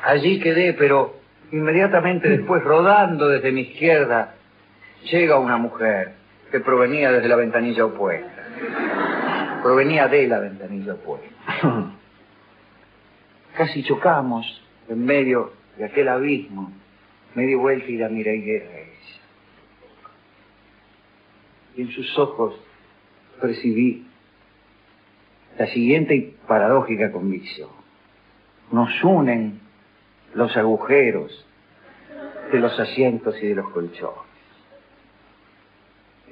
Speaker 3: Allí quedé, pero inmediatamente después, rodando desde mi izquierda, llega una mujer que provenía desde la ventanilla opuesta. Provenía de la ventanilla opuesta. Casi chocamos en medio de aquel abismo. Me di vuelta y la miré y era ella. Y en sus ojos percibí la siguiente y paradójica convicción. Nos unen los agujeros de los asientos y de los colchones.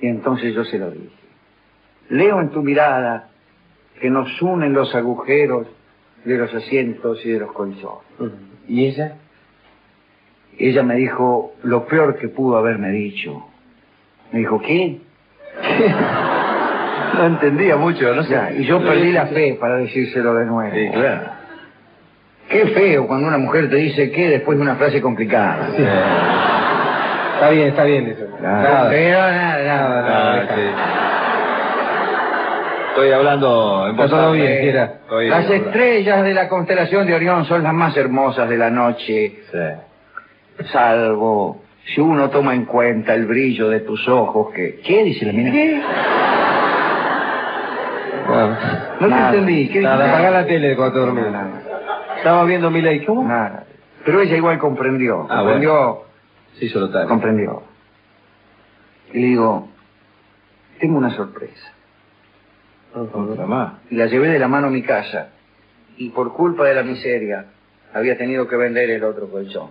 Speaker 3: Y entonces yo se lo dije. Leo en tu mirada que nos unen los agujeros de los asientos y de los colchones.
Speaker 2: ¿Y ella?
Speaker 3: Y ella me dijo lo peor que pudo haberme dicho. Me dijo, ¿qué?
Speaker 4: No entendía mucho, no sé.
Speaker 3: Ya, y yo perdí la fe para decírselo de nuevo.
Speaker 4: Sí, claro.
Speaker 3: Qué feo cuando una mujer te dice qué después de una frase complicada.
Speaker 2: Está bien, está bien eso.
Speaker 3: Nada. Pero nada, nada, nada.
Speaker 4: Ah, sí. Estoy hablando en voz
Speaker 2: Está todo
Speaker 4: alta,
Speaker 2: bien,
Speaker 4: eh.
Speaker 2: quiera.
Speaker 4: Estoy-
Speaker 3: Las estrellas de la constelación de Orión son las más hermosas de la noche,
Speaker 4: Sí.
Speaker 3: salvo si uno toma en cuenta el brillo de tus ojos que... ¿Qué? Dice la mina. ¿Qué?
Speaker 2: No
Speaker 3: Nada.
Speaker 2: te entendí. ¿Qué
Speaker 3: Nada.
Speaker 2: dijiste? Apagá la tele cuando te dormís.
Speaker 3: Nada.
Speaker 2: Estaba viendo Miley. ¿Cómo?
Speaker 3: nada. Pero ella igual comprendió,
Speaker 4: Ah,
Speaker 3: comprendió,
Speaker 4: Sí, yo lo tal.
Speaker 3: comprendió. Y le digo, tengo una sorpresa.
Speaker 4: Otra más.
Speaker 3: y la llevé de la mano a mi casa. Y por culpa de la miseria, había tenido que vender el otro colchón.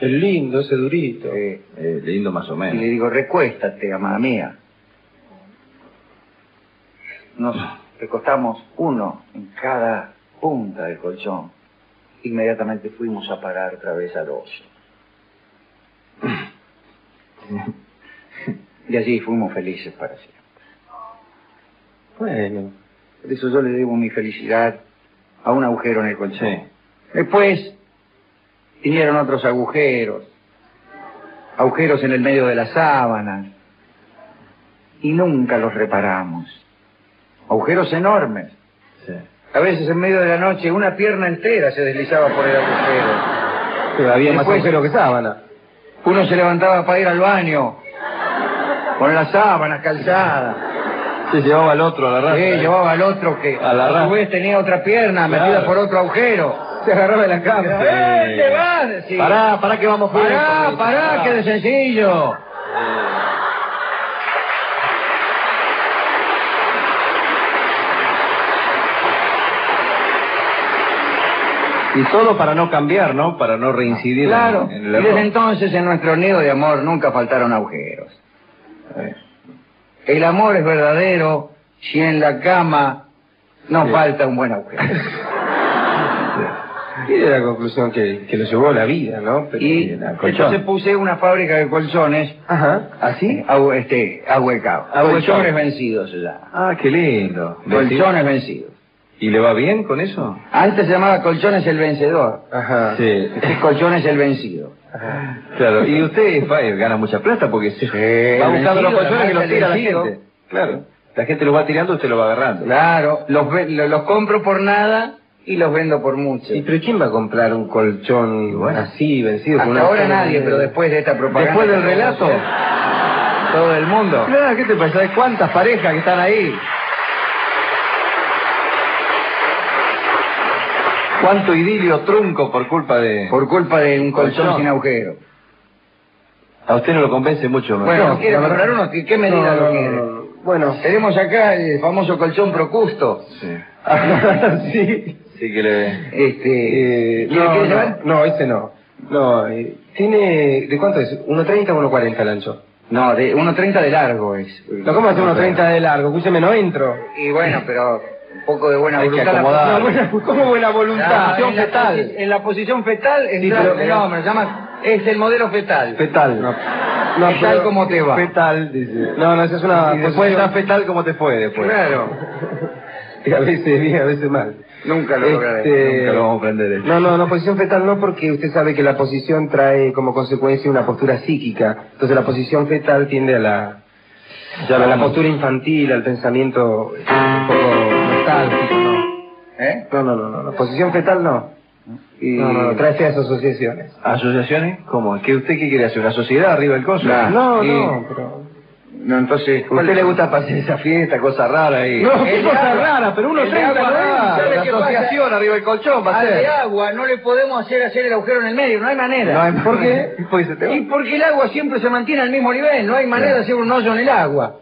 Speaker 2: Es lindo, ese durito.
Speaker 3: Eh,
Speaker 4: Eh, lindo más o
Speaker 3: y le
Speaker 4: menos.
Speaker 3: digo, recuéstate, amada mía. Nos recostamos uno en cada punta del colchón. Inmediatamente fuimos a parar otra vez al oso. Y allí fuimos felices para siempre.
Speaker 2: Bueno.
Speaker 3: Por eso yo le debo mi felicidad a un agujero en el colchón.
Speaker 4: Sí.
Speaker 3: Después vinieron otros agujeros, agujeros en el medio de las sábanas, y nunca los reparamos. Agujeros enormes.
Speaker 4: Sí.
Speaker 3: A veces en medio de la noche una pierna entera se deslizaba por el agujero.
Speaker 2: Pero había más
Speaker 3: Después-
Speaker 2: agujero que sábana.
Speaker 3: Uno se levantaba para ir al baño, con las sábanas calzadas.
Speaker 4: Se llevaba al otro a la raza.
Speaker 3: Sí,
Speaker 4: eh.
Speaker 3: llevaba al otro que
Speaker 4: A la
Speaker 3: a
Speaker 4: rata.
Speaker 3: su vez tenía otra pierna
Speaker 4: Claro.
Speaker 3: metida por otro agujero.
Speaker 2: Se agarraba de la cama.
Speaker 3: ¡Eh, te vas! decía.
Speaker 4: Pará, pará que vamos juntos.
Speaker 3: Pará, pará, que de sencillo.
Speaker 4: Y todo para no cambiar, ¿no? Para no reincidir en-
Speaker 3: Claro.
Speaker 4: en,
Speaker 3: Y
Speaker 4: el error.
Speaker 3: desde entonces en nuestro nido de amor nunca faltaron agujeros. El amor es verdadero si en la cama no falta un buen agujero.
Speaker 1: Y de la conclusión que, que lo llevó a la vida, ¿no? Pero,
Speaker 3: Y
Speaker 1: eh, la colchón.
Speaker 3: entonces puse una fábrica de colchones
Speaker 1: Ajá. ¿Así?
Speaker 3: ahu- este, ahuecados.
Speaker 1: Ahuecados.
Speaker 3: Colchones vencidos se llama.
Speaker 2: Ah, qué lindo.
Speaker 3: Colchones vencidos.
Speaker 2: ¿Y le va bien con eso?
Speaker 3: Antes se llamaba colchones el vencedor.
Speaker 1: Ajá.
Speaker 2: Sí.
Speaker 3: Este es colchones el vencido.
Speaker 2: Claro. Y usted va- gana mucha plata porque se va
Speaker 3: el
Speaker 2: buscando los
Speaker 3: vencido, la
Speaker 2: colchones que los
Speaker 3: plata
Speaker 2: tira la
Speaker 3: del vencido.
Speaker 2: gente. Claro. La gente los va tirando, usted los va agarrando.
Speaker 3: Claro, los, ve- lo- los compro por nada y los vendo por mucho.
Speaker 1: ¿Y pero quién va a comprar un colchón así, vencido? con
Speaker 3: Hasta
Speaker 1: una
Speaker 3: ahora
Speaker 1: sola-
Speaker 3: nadie, pero después de esta propaganda...
Speaker 2: Después del relato, todo el mundo. Claro, ¿qué te pasa? ¿Sabes ¿Cuántas parejas que están ahí? ¿Cuánto idilio trunco por culpa de...?
Speaker 3: Por culpa de un colchón,
Speaker 2: Colchón.
Speaker 3: sin agujero.
Speaker 2: A usted no lo convence mucho, ¿no?
Speaker 3: Bueno,
Speaker 1: no,
Speaker 3: ¿quiere
Speaker 1: la verdad-
Speaker 3: comprar uno? ¿Qué, qué
Speaker 1: No,
Speaker 3: medida
Speaker 1: no,
Speaker 3: lo
Speaker 1: no,
Speaker 3: quiere?
Speaker 1: no. Bueno,
Speaker 3: Tenemos acá el famoso colchón Procusto.
Speaker 2: Sí.
Speaker 1: sí.
Speaker 2: Sí que le...
Speaker 3: Este,
Speaker 1: Eh,
Speaker 3: ¿quiere-
Speaker 1: no,
Speaker 3: quiere
Speaker 1: no,
Speaker 3: llevar?
Speaker 1: no, ese no. No, eh, tiene... ¿De cuánto es? ¿1.30 o 1.40 el ancho?
Speaker 3: No, de 1.30 de largo es.
Speaker 1: No, ¿cómo hace 1.30 de largo? Escúcheme, no entro.
Speaker 3: Y bueno, pero un poco de buena
Speaker 2: Hay que
Speaker 3: voluntad. la-
Speaker 2: acomodar.
Speaker 3: No,
Speaker 1: No,
Speaker 3: bueno,
Speaker 1: buena, ¿Cómo buena
Speaker 3: Ah,
Speaker 1: voluntad?
Speaker 3: en, la posi- en la posición fetal, es
Speaker 1: pero-
Speaker 3: no, hombre, llama- es el modelo fetal.
Speaker 2: Fetal.
Speaker 1: No,
Speaker 3: ¿Qué tal
Speaker 1: pero-
Speaker 3: como te va?
Speaker 2: Fetal, dice.
Speaker 1: No, no, esa es una...
Speaker 2: y después está fetal, ¿cómo te fue después?
Speaker 3: Claro,
Speaker 1: A veces bien, a veces mal.
Speaker 3: nunca lo lograré.
Speaker 1: Este,
Speaker 2: Nunca lo vamos a aprender eso.
Speaker 1: No, no, no, posición fetal no, porque usted sabe que la posición trae como consecuencia una postura psíquica. Entonces la posición fetal tiende a la,
Speaker 2: Ya
Speaker 1: a
Speaker 2: lo
Speaker 1: la
Speaker 2: vamos.
Speaker 1: postura infantil, al pensamiento eh, un poco nostálgico, ¿no?
Speaker 3: ¿Eh?
Speaker 1: No, no, no, no, no, posición fetal no.
Speaker 3: Y-
Speaker 1: No, no, no, trae feas asociaciones.
Speaker 2: ¿Asociaciones? ¿cómo? ¿Qué usted qué quiere hacer? ¿Una sociedad arriba del coso?
Speaker 3: Nah.
Speaker 1: No,
Speaker 3: y-
Speaker 1: no, pero...
Speaker 3: No, entonces.
Speaker 2: ¿A usted le gusta pasar esa fiesta, cosa rara ahí?
Speaker 1: No,
Speaker 3: El
Speaker 1: qué cosa
Speaker 3: agua-
Speaker 1: rara, pero uno
Speaker 3: el
Speaker 1: treinta
Speaker 3: agua,
Speaker 1: rara,
Speaker 3: ¿sabe
Speaker 2: ah, la
Speaker 3: qué pasa?
Speaker 2: asociación arriba del colchón va a
Speaker 3: Al de
Speaker 2: ser.
Speaker 3: agua no le podemos hacer hacer el agujero en el medio, no hay manera.
Speaker 2: No hay-
Speaker 1: ¿Por qué?
Speaker 2: Pues se te va.
Speaker 3: Y porque el agua siempre se mantiene al mismo nivel, no hay manera de hacer un hoyo en el agua.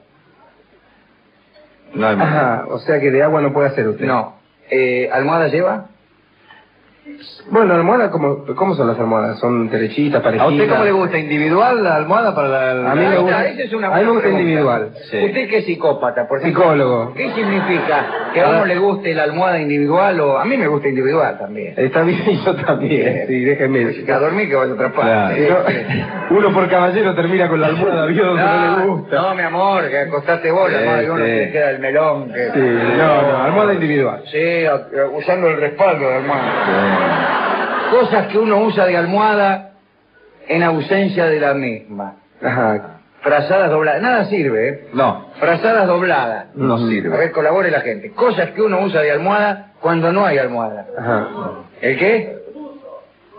Speaker 2: No hay más.
Speaker 1: Ajá, o sea que de agua no puede hacer usted.
Speaker 3: No. Eh, ¿Almohada lleva?
Speaker 1: Bueno, almohada, ¿cómo, ¿cómo son las almohadas? ¿Son derechitas,
Speaker 2: ¿A
Speaker 1: parejitas?
Speaker 2: usted cómo le gusta? ¿Individual la almohada para la,
Speaker 1: A mí
Speaker 2: la-
Speaker 1: me
Speaker 3: Ahí
Speaker 1: gusta-
Speaker 3: está, esa es una
Speaker 1: a mí me
Speaker 3: buena
Speaker 1: gusta
Speaker 3: pregunta.
Speaker 1: individual.
Speaker 2: Sí.
Speaker 3: ¿Usted qué es psicópata? Por ejemplo?
Speaker 1: Psicólogo.
Speaker 3: ¿Qué significa? ¿Que a uno le guste la almohada individual o...? A mí me gusta individual también.
Speaker 1: Está bien, yo también. Sí, déjeme.
Speaker 3: Pues, A dormir que vaya a otra
Speaker 2: Claro.
Speaker 3: parte.
Speaker 1: No,
Speaker 3: Este,
Speaker 1: uno por caballero termina con la almohada, vio, que no le
Speaker 3: No,
Speaker 1: gusta.
Speaker 3: no, mi amor, que acostaste vos, la
Speaker 2: Sí,
Speaker 3: almohada, que uno
Speaker 2: sí.
Speaker 3: se queda el melón. que-
Speaker 1: Sí, no, no, almohada individual.
Speaker 3: Sí, a- a- usando el respaldo de almohada.
Speaker 2: Sí.
Speaker 3: Cosas que uno usa de almohada en ausencia de la misma.
Speaker 1: Ajá.
Speaker 3: Frazadas dobladas. Nada sirve, ¿eh?
Speaker 2: No,
Speaker 3: Frazadas dobladas.
Speaker 2: no
Speaker 1: Ujú.
Speaker 3: A
Speaker 2: sirve.
Speaker 3: ver, colabore la gente. Cosas que uno usa de almohada cuando no hay almohada.
Speaker 1: Ajá.
Speaker 3: ¿El qué?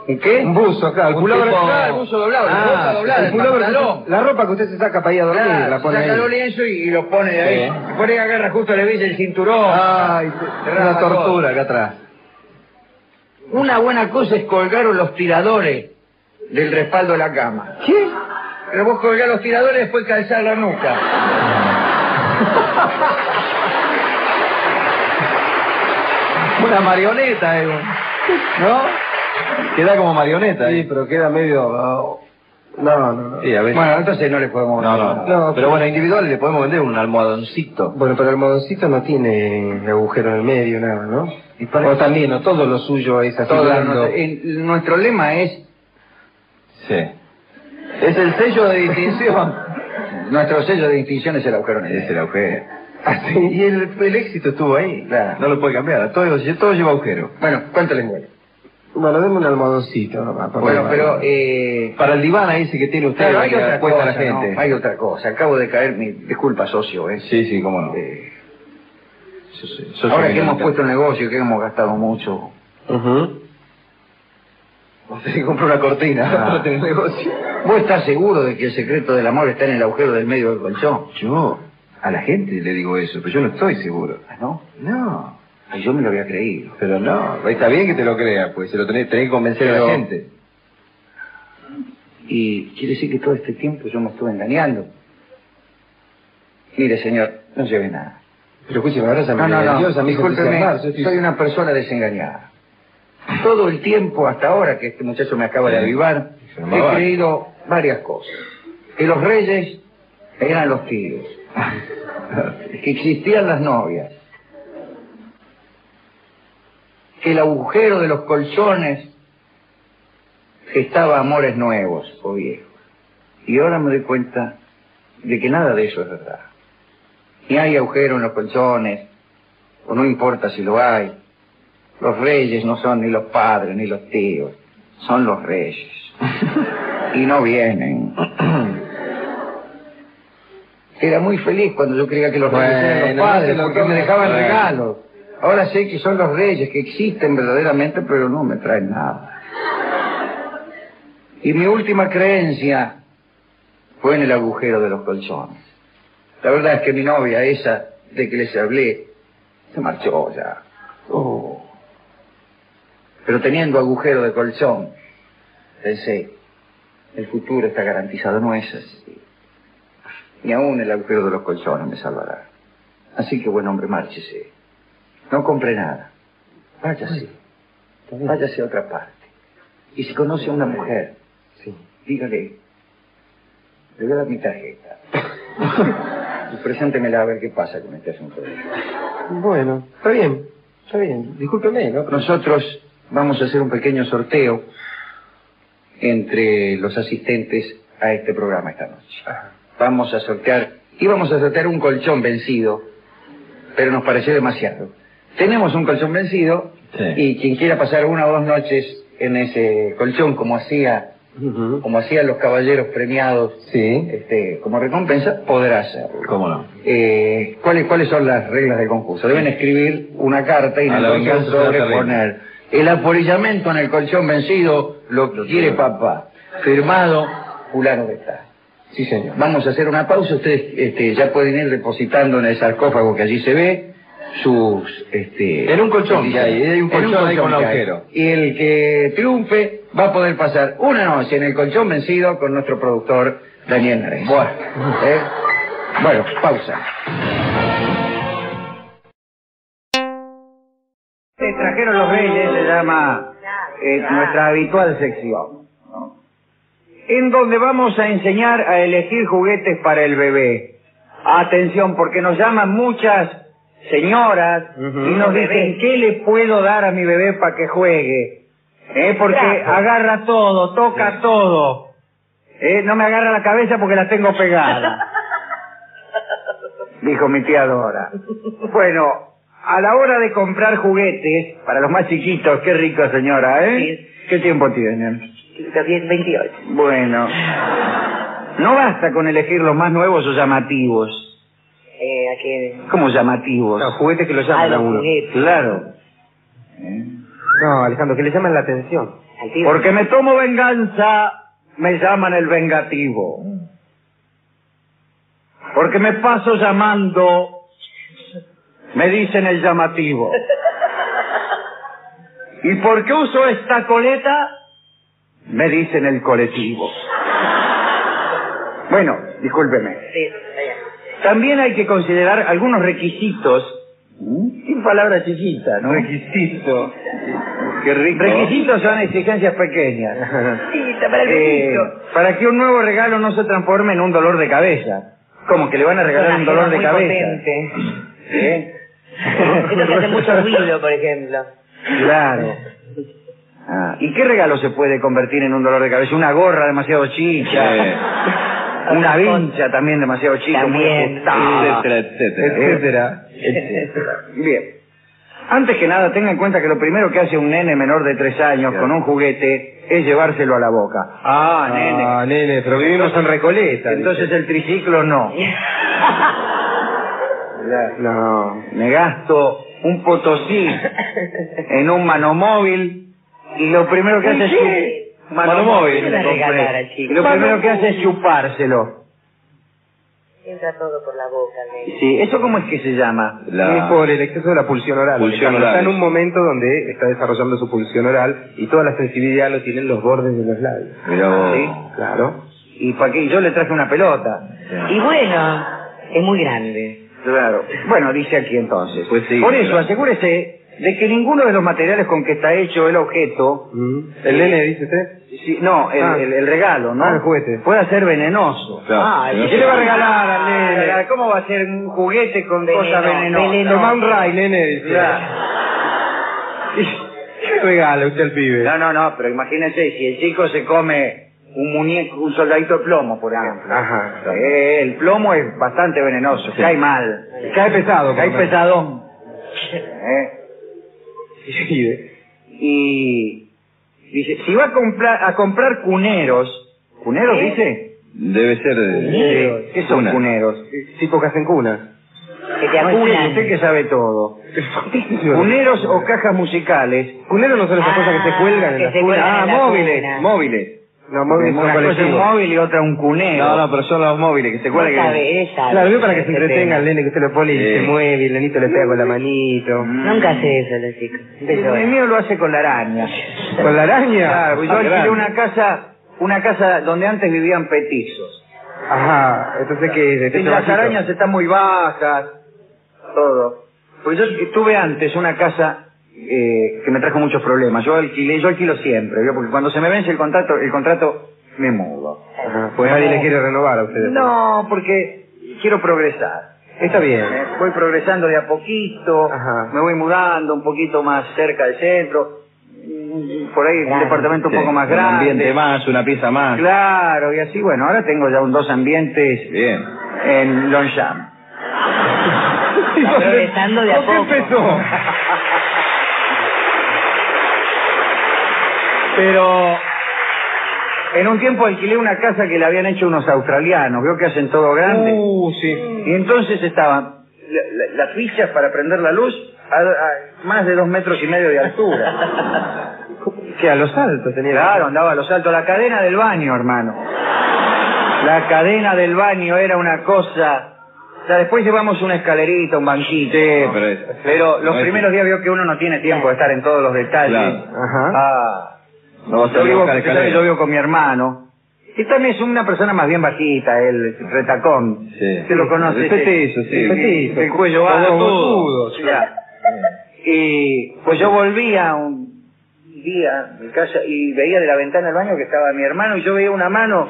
Speaker 3: ¿Un qué?
Speaker 1: Un buzo, acá, el
Speaker 3: Un
Speaker 1: pullover.
Speaker 3: tipo- Ah, el buzo doblado, la ropa doblada,
Speaker 1: el
Speaker 3: el
Speaker 1: pullover que-
Speaker 3: pantalón.
Speaker 1: la ropa que usted se saca para ir a dormir,
Speaker 3: Claro,
Speaker 1: la pone
Speaker 3: saca
Speaker 1: ahí.
Speaker 3: los lienzos y, y los pone de ahí.
Speaker 2: Sí. Ah.
Speaker 3: Y por ahí agarra justo le viste el cinturón.
Speaker 1: Ay,
Speaker 3: Te
Speaker 2: Una
Speaker 3: raspa todo.
Speaker 2: tortura acá atrás.
Speaker 3: Una buena cosa es colgar los tiradores del respaldo de la cama. ¿Sí? Pero vos colgar los tiradores y después calzar la nuca.
Speaker 2: Una marioneta, eh, ¿no? Queda como marioneta.
Speaker 1: sí,
Speaker 2: eh.
Speaker 1: pero queda medio... oh, No, no, no.
Speaker 2: Sí, ah. a veces.
Speaker 3: Bueno, entonces no le podemos...
Speaker 2: No, no,
Speaker 1: No,
Speaker 2: Pero bueno, individual le podemos vender un almohadoncito.
Speaker 1: Bueno, pero el almohadoncito no tiene agujero en el medio, nada, ¿no?
Speaker 2: Y para-
Speaker 1: O también, no, todo lo suyo es así
Speaker 3: Todo
Speaker 1: blando.
Speaker 3: nuestro- en- nuestro lema es
Speaker 2: Sí. Es el sello de distinción.
Speaker 3: Nuestro sello de distinción es el agujero negro.
Speaker 2: es el agujero.
Speaker 1: Así.
Speaker 2: Y el, el éxito estuvo ahí.
Speaker 3: Claro.
Speaker 2: No lo puede cambiar. Todo, todo lleva agujero.
Speaker 3: Bueno, ¿cuánto les duele?
Speaker 1: Bueno, deme un almohadoncito nomás. por
Speaker 3: Bueno,
Speaker 1: favor.
Speaker 3: pero... Eh,
Speaker 2: Para el diván ahí ese que tiene usted,
Speaker 3: claro,
Speaker 2: la
Speaker 3: hay
Speaker 2: que
Speaker 3: otra
Speaker 2: apuesta
Speaker 3: cosa,
Speaker 2: a la gente.
Speaker 3: ¿no? Hay otra cosa. Acabo de caer mi... Disculpa, socio, ¿eh?
Speaker 2: Sí, sí, cómo no.
Speaker 3: Eh,
Speaker 2: Yo sé, yo
Speaker 3: ahora
Speaker 2: sé
Speaker 3: que hemos
Speaker 2: no-
Speaker 3: puesto el negocio, que hemos gastado mucho...
Speaker 1: Ujú.
Speaker 2: Usted compró una cortina
Speaker 1: Ah.
Speaker 2: para tener negocio.
Speaker 3: ¿Vos estás seguro de que el secreto del amor está en el agujero del medio del colchón?
Speaker 2: Yo a la gente le digo eso, pero yo no estoy seguro.
Speaker 3: Ah, ¿No?
Speaker 2: No.
Speaker 3: Ay, yo me lo había creído.
Speaker 2: Pero no, está bien que te lo creas, pues se lo tenés, tenés que convencer a
Speaker 3: Pero-
Speaker 2: la gente.
Speaker 3: Y quiere decir que todo este tiempo yo me estuve engañando. Mire, señor, no se ve nada.
Speaker 1: Pero escúcheme, ahora se me
Speaker 3: No, no, no,
Speaker 1: nerviosa, me hizo
Speaker 3: discúlpeme,
Speaker 1: entusiasmar, yo estoy-
Speaker 3: soy una persona desengañada. Todo el tiempo hasta ahora que este muchacho me acaba de
Speaker 2: Sí.
Speaker 3: avivar,
Speaker 2: Se llamaba.
Speaker 3: he creído varias cosas. Que los reyes eran los tíos, que existían las novias, que el agujero de los colchones gestaba amores nuevos o viejos. Y ahora me doy cuenta de que nada de eso es verdad. Ni hay agujero en los colchones, o no importa si lo hay. Los reyes no son ni los padres ni los tíos, son los reyes. y no vienen. Era muy feliz cuando yo creía que los reyes eran
Speaker 4: Bueno,
Speaker 3: los padres,
Speaker 4: no te lo
Speaker 3: porque me
Speaker 4: creas.
Speaker 3: dejaban
Speaker 4: Bueno.
Speaker 3: regalos. Ahora sé que son los reyes, que existen verdaderamente, pero no me traen nada. Y mi última creencia fue en el agujero de los colchones. La verdad es que mi novia, esa de que les hablé, se marchó ya. Oh. Pero teniendo agujero de colchón, pensé, el futuro está garantizado, no es así. Ni aún el agujero de los colchones me salvará. Así que, buen hombre, márchese. No compre nada. Váyase. Váyase a otra parte. Y si conoce a una mujer, dígale, le voy a dar mi tarjeta. y preséntemela a ver qué pasa con este asunto.
Speaker 2: Bueno, está bien, está bien. Discúlpeme, ¿no?
Speaker 3: Nosotros vamos a hacer un pequeño sorteo entre los asistentes a este programa esta noche. Vamos a sortear, íbamos a sortear un colchón vencido, pero nos pareció demasiado. Tenemos un colchón vencido
Speaker 4: Sí.
Speaker 3: y quien quiera pasar una o dos noches en ese colchón como hacía,
Speaker 2: Ujú.
Speaker 3: como hacían los caballeros premiados,
Speaker 2: Sí.
Speaker 3: este, como recompensa, podrá hacerlo.
Speaker 4: ¿Cómo no?
Speaker 3: Eh, ¿cuáles, ¿Cuáles son las reglas del concurso? Deben escribir una carta y
Speaker 4: A la
Speaker 3: no
Speaker 4: venganza será
Speaker 3: sobre sobreponer. El apolillamento en el colchón vencido lo quiere papá. Firmado fulano de tal.
Speaker 2: Sí, señor.
Speaker 3: Vamos a hacer una pausa. Ustedes este, ya pueden ir depositando en el sarcófago que allí se ve sus... Este,
Speaker 4: En un colchón que hay, hay un
Speaker 3: en
Speaker 4: colchón ahí con
Speaker 3: que hay.
Speaker 4: agujero.
Speaker 3: Y el que triunfe va a poder pasar una noche en el colchón vencido con nuestro productor Daniel Nares. Bueno, ¿eh? bueno pausa. Te trajeron los reyes, se llama eh, nuestra habitual sección. ¿no? En donde vamos a enseñar a elegir juguetes para el bebé. Atención, porque nos llaman muchas señoras
Speaker 2: Ujú.
Speaker 3: y nos dicen,
Speaker 5: Bebé.
Speaker 3: ¿qué le puedo dar a mi bebé para que juegue? Eh, Porque
Speaker 5: Gracias.
Speaker 3: agarra todo, toca todo. Eh, No me agarra la cabeza porque la tengo pegada. dijo mi tía Dora. Bueno, a la hora de comprar juguetes, para los más chiquitos, qué rico señora, ¿eh? ¿Qué tiempo tienen?
Speaker 5: Chiquito, 10, 28.
Speaker 3: Bueno, no basta con elegir los más nuevos o llamativos.
Speaker 5: Eh, aquí.
Speaker 3: ¿Cómo llamativos? Ah,
Speaker 2: No, juguetes que lo llaman
Speaker 5: Algo
Speaker 2: a uno.
Speaker 5: juguete.
Speaker 3: Claro.
Speaker 2: No, Alejandro, que le llaman la atención.
Speaker 5: Al tío.
Speaker 3: Porque me tomo venganza, me llaman el vengativo. Porque me paso llamando, me dicen el llamativo. ¿Y porque uso esta coleta? Me dicen el colectivo. Bueno, discúlpeme.
Speaker 5: Sí, está bien.
Speaker 3: También hay que considerar algunos requisitos. Sin palabra chiquita, ¿no? Requisito. Qué rico. Requisitos son exigencias pequeñas.
Speaker 5: Chiquito, para el
Speaker 3: Eh,
Speaker 5: bebito.
Speaker 3: para que un nuevo regalo no se transforme en un dolor de cabeza. Como que le van a regalar un dolor de
Speaker 5: Muy
Speaker 3: cabeza.
Speaker 5: potente.
Speaker 3: ¿Eh?
Speaker 5: Esto que hace mucho ruido, por ejemplo.
Speaker 3: Claro. Ah, ¿Y qué regalo se puede convertir en un dolor de cabeza? Una gorra demasiado chica. Una vincha también demasiado chica, muy
Speaker 5: También.
Speaker 3: ajustada.
Speaker 4: etcétera, etcétera.
Speaker 3: etcétera, etcétera. Bien. Antes que nada, tenga en cuenta que lo primero que hace un nene menor de tres años con un juguete es llevárselo a la boca. Ah,
Speaker 2: Ah, nene, pero vivimos en Recoleta.
Speaker 3: Entonces el triciclo no.
Speaker 2: dice. No.
Speaker 3: Me gasto un potosí en un manomóvil y lo primero que hace
Speaker 5: ¿Qué?
Speaker 3: es... chup- Manomóvil.
Speaker 5: ¿Qué le
Speaker 3: le compré.
Speaker 5: regalar al chico?
Speaker 3: Y lo primero que hace es chupárselo.
Speaker 5: Entra todo por la boca, nene.
Speaker 3: Sí, ¿eso cómo es que se llama?
Speaker 4: La-
Speaker 2: Es por el exceso de la pulsión oral.
Speaker 4: Pulsión
Speaker 2: Alejandro.
Speaker 4: oral.
Speaker 2: Está en un momento donde está desarrollando su pulsión oral y toda la sensibilidad lo tienen los bordes de los labios.
Speaker 4: Mirá vos.
Speaker 3: Ah, Sí.
Speaker 2: Claro.
Speaker 3: Y para que yo le traje una pelota.
Speaker 5: Y bueno, es muy grande.
Speaker 3: Claro. Bueno, dice aquí entonces.
Speaker 4: Pues sí,
Speaker 3: Por eso,
Speaker 4: claro.
Speaker 3: asegúrese de que ninguno de los materiales con que está hecho el objeto,
Speaker 2: Mm. ¿El nene, dice usted?
Speaker 3: si- no, el,
Speaker 2: Ah.
Speaker 3: el- el regalo, ¿no?
Speaker 2: Ah, el juguete.
Speaker 3: Pueda ser venenoso.
Speaker 4: Claro.
Speaker 5: Ah,
Speaker 4: Mirá
Speaker 5: ¿y
Speaker 3: ¿Y
Speaker 4: vos.
Speaker 3: ¿Qué le va a regalar al nene? ¿Cómo va a ser un juguete con
Speaker 5: Veneno,
Speaker 3: cosas venenosas?
Speaker 5: veneno.
Speaker 2: Tomá un ray, nene, dice.
Speaker 3: Ya.
Speaker 4: le regala usted al pibe?
Speaker 3: No, no, no, pero imagínense, si el chico se come un muñeco, un soldadito de plomo, por ejemplo.
Speaker 1: Ah, Ajá.
Speaker 3: Eh, el plomo es bastante venenoso, cae mal.
Speaker 4: Cae pesado.
Speaker 3: Cae
Speaker 4: por lo menos.
Speaker 3: pesadón. Eh,
Speaker 4: Sí, eh.
Speaker 3: Y dice, si va a comprar, a comprar cuneros, ¿cuneros dice?
Speaker 6: Debe ser... eh,
Speaker 3: Sí. ¿Qué son
Speaker 6: una.
Speaker 3: cuneros?
Speaker 2: Tipo que hacen cuna.
Speaker 5: Que te
Speaker 3: No, usted-
Speaker 5: acunan.
Speaker 3: usted que sabe todo. Cuneros o cajas musicales.
Speaker 2: Cuneros no son esas
Speaker 5: Ah,
Speaker 2: cosas que se cuelgan en
Speaker 5: que
Speaker 2: las
Speaker 5: se
Speaker 2: cunas.
Speaker 5: cuelgan.
Speaker 3: Ah,
Speaker 5: en la
Speaker 3: móviles,
Speaker 5: cuna.
Speaker 3: móviles.
Speaker 2: No, móviles son
Speaker 3: Una cosa es un
Speaker 2: colectivos.
Speaker 3: móvil y otra un cunero.
Speaker 6: No, no, pero son los móviles que se
Speaker 5: No
Speaker 6: cuelgan.
Speaker 5: sabe, él sabe
Speaker 2: Claro, yo para que se
Speaker 5: ese
Speaker 2: entretenga
Speaker 5: tema.
Speaker 2: el nene que usted lo pone y
Speaker 6: Sí.
Speaker 2: se mueve, el nenito le pega con la manito.
Speaker 3: Mm.
Speaker 5: Nunca hace eso los chicos. Siempre
Speaker 3: Este El
Speaker 5: lloran.
Speaker 3: mío lo hace con la araña.
Speaker 2: ¿Con la araña?
Speaker 3: Claro, pues yo
Speaker 2: Ah,
Speaker 3: alquilé
Speaker 2: grande.
Speaker 3: una casa, una casa donde antes vivían petizos.
Speaker 2: Ajá, entonces Este que
Speaker 3: Y las arañas están muy bajas, todo. Pues yo tuve antes una casa eh, que me trajo muchos problemas. Yo alquilé, yo alquilo siempre, ¿vio? porque cuando se me vence el contrato, el contrato me mudo.
Speaker 2: Ajá, pues nadie le quiere renovar a ustedes.
Speaker 3: No, porque quiero progresar.
Speaker 2: Está bien.
Speaker 3: Eh, Voy progresando de a poquito,
Speaker 2: Ajá.
Speaker 3: me voy mudando un poquito más cerca del centro, mm, por ahí un
Speaker 5: Grande.
Speaker 3: departamento un
Speaker 6: Sí,
Speaker 3: poco más
Speaker 6: Un
Speaker 3: grande.
Speaker 6: ambiente más, una pieza más.
Speaker 3: Claro, y así, bueno, ahora tengo ya un dos ambientes
Speaker 6: Bien.
Speaker 3: en Longchamp.
Speaker 5: Está progresando de a poco.
Speaker 4: empezó?
Speaker 3: Pero en un tiempo alquilé una casa que le habían hecho unos australianos, veo que hacen todo grande.
Speaker 4: Uh, sí.
Speaker 3: Y entonces estaban la- la- las fichas para prender la luz a, a más de dos metros y medio de altura.
Speaker 2: Que a los altos tenía.
Speaker 3: Claro, andaba a los altos. La cadena del baño, hermano. La cadena del baño era una cosa... O sea, después llevamos una escalerita, un banquito.
Speaker 6: pero es-
Speaker 3: Pero los
Speaker 6: no es-
Speaker 3: primeros días veo que uno no tiene tiempo de estar en todos los detalles.
Speaker 6: Claro.
Speaker 2: Ajá.
Speaker 3: Ah.
Speaker 6: No vas a
Speaker 3: Yo
Speaker 6: ir a
Speaker 3: vivo,
Speaker 6: buscar
Speaker 3: usted sabe que
Speaker 6: escalera.
Speaker 3: yo vivo con mi hermano. Y también es una persona más bien bajita, el retacón.
Speaker 6: Sí.
Speaker 3: Usted lo conoce.
Speaker 6: El
Speaker 3: ese-
Speaker 6: petizo, sí.
Speaker 3: el petizo, El cuello
Speaker 6: Todo
Speaker 3: alto.
Speaker 6: botudo,
Speaker 3: Ya. Y pues yo volvía un día a mi casa y veía de la ventana del baño que estaba mi hermano y yo veía una mano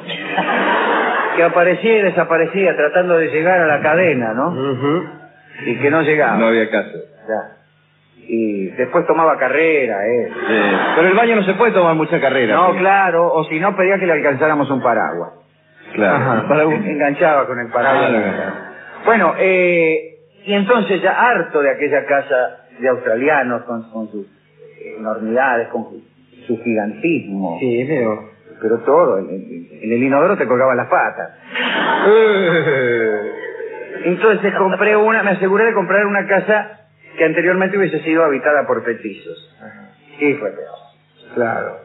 Speaker 3: que aparecía y desaparecía tratando de llegar a la cadena, ¿no?
Speaker 2: Ujú.
Speaker 3: Y que no llegaba.
Speaker 6: Mm. No había caso.
Speaker 3: Ya. Y después tomaba carrera, eh.
Speaker 6: Sí. Pero el baño no se puede tomar mucha carrera.
Speaker 3: No,
Speaker 6: porque-
Speaker 3: claro, o si no pedía que le alcanzáramos un paraguas.
Speaker 6: Claro.
Speaker 3: Ajá, para- enganchaba con el paraguas.
Speaker 6: Claro.
Speaker 3: Bueno, eh, y entonces ya harto de aquella casa de australianos con, con sus enormidades, con su, su gigantismo,
Speaker 2: Sí, veo.
Speaker 3: pero todo, en, en- en el inodoro te colgaban las patas. Eh. Entonces compré una, me aseguré de comprar una casa que anteriormente hubiese sido habitada por petizos. Y fue peor.
Speaker 2: Claro.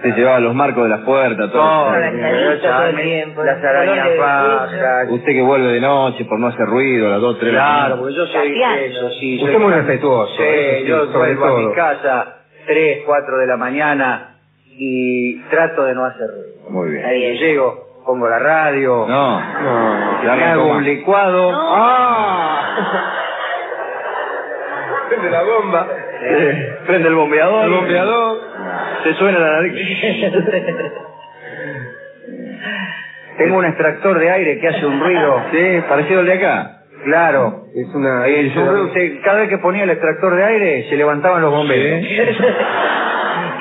Speaker 6: Se llevaba los marcos de las puertas, todo.
Speaker 5: Todo. Arañaditas todo el tiempo,
Speaker 3: las
Speaker 5: colores
Speaker 3: arañas
Speaker 5: de
Speaker 3: bajas,
Speaker 6: Usted que vuelve de noche por no hacer ruido a las 2, 3
Speaker 3: Claro, porque yo soy
Speaker 5: Cateando.
Speaker 3: eso, sí.
Speaker 2: Usted
Speaker 3: soy-
Speaker 2: es muy respetuoso,
Speaker 3: Sí,
Speaker 2: eso sí,
Speaker 3: yo
Speaker 2: sobre
Speaker 3: vuelvo a
Speaker 2: todo.
Speaker 3: mi casa 3, 4 de la mañana y trato de no hacer ruido.
Speaker 6: Muy bien.
Speaker 5: Está bien.
Speaker 3: Llego, pongo la radio,
Speaker 6: No.
Speaker 2: No.
Speaker 3: me
Speaker 6: dame un
Speaker 3: hago
Speaker 6: poco
Speaker 3: un
Speaker 6: más.
Speaker 3: licuado. Ah,
Speaker 2: Prende la bomba.
Speaker 3: eh, prende el bombeador.
Speaker 2: El bombeador.
Speaker 3: Se suena la nariz. Tengo un extractor de aire que hace un ruido.
Speaker 6: Sí, parecido al de acá.
Speaker 3: Claro.
Speaker 2: Es una.
Speaker 3: Eh, yo veo usted, cada vez que ponía el extractor de aire, se levantaban los bomberos.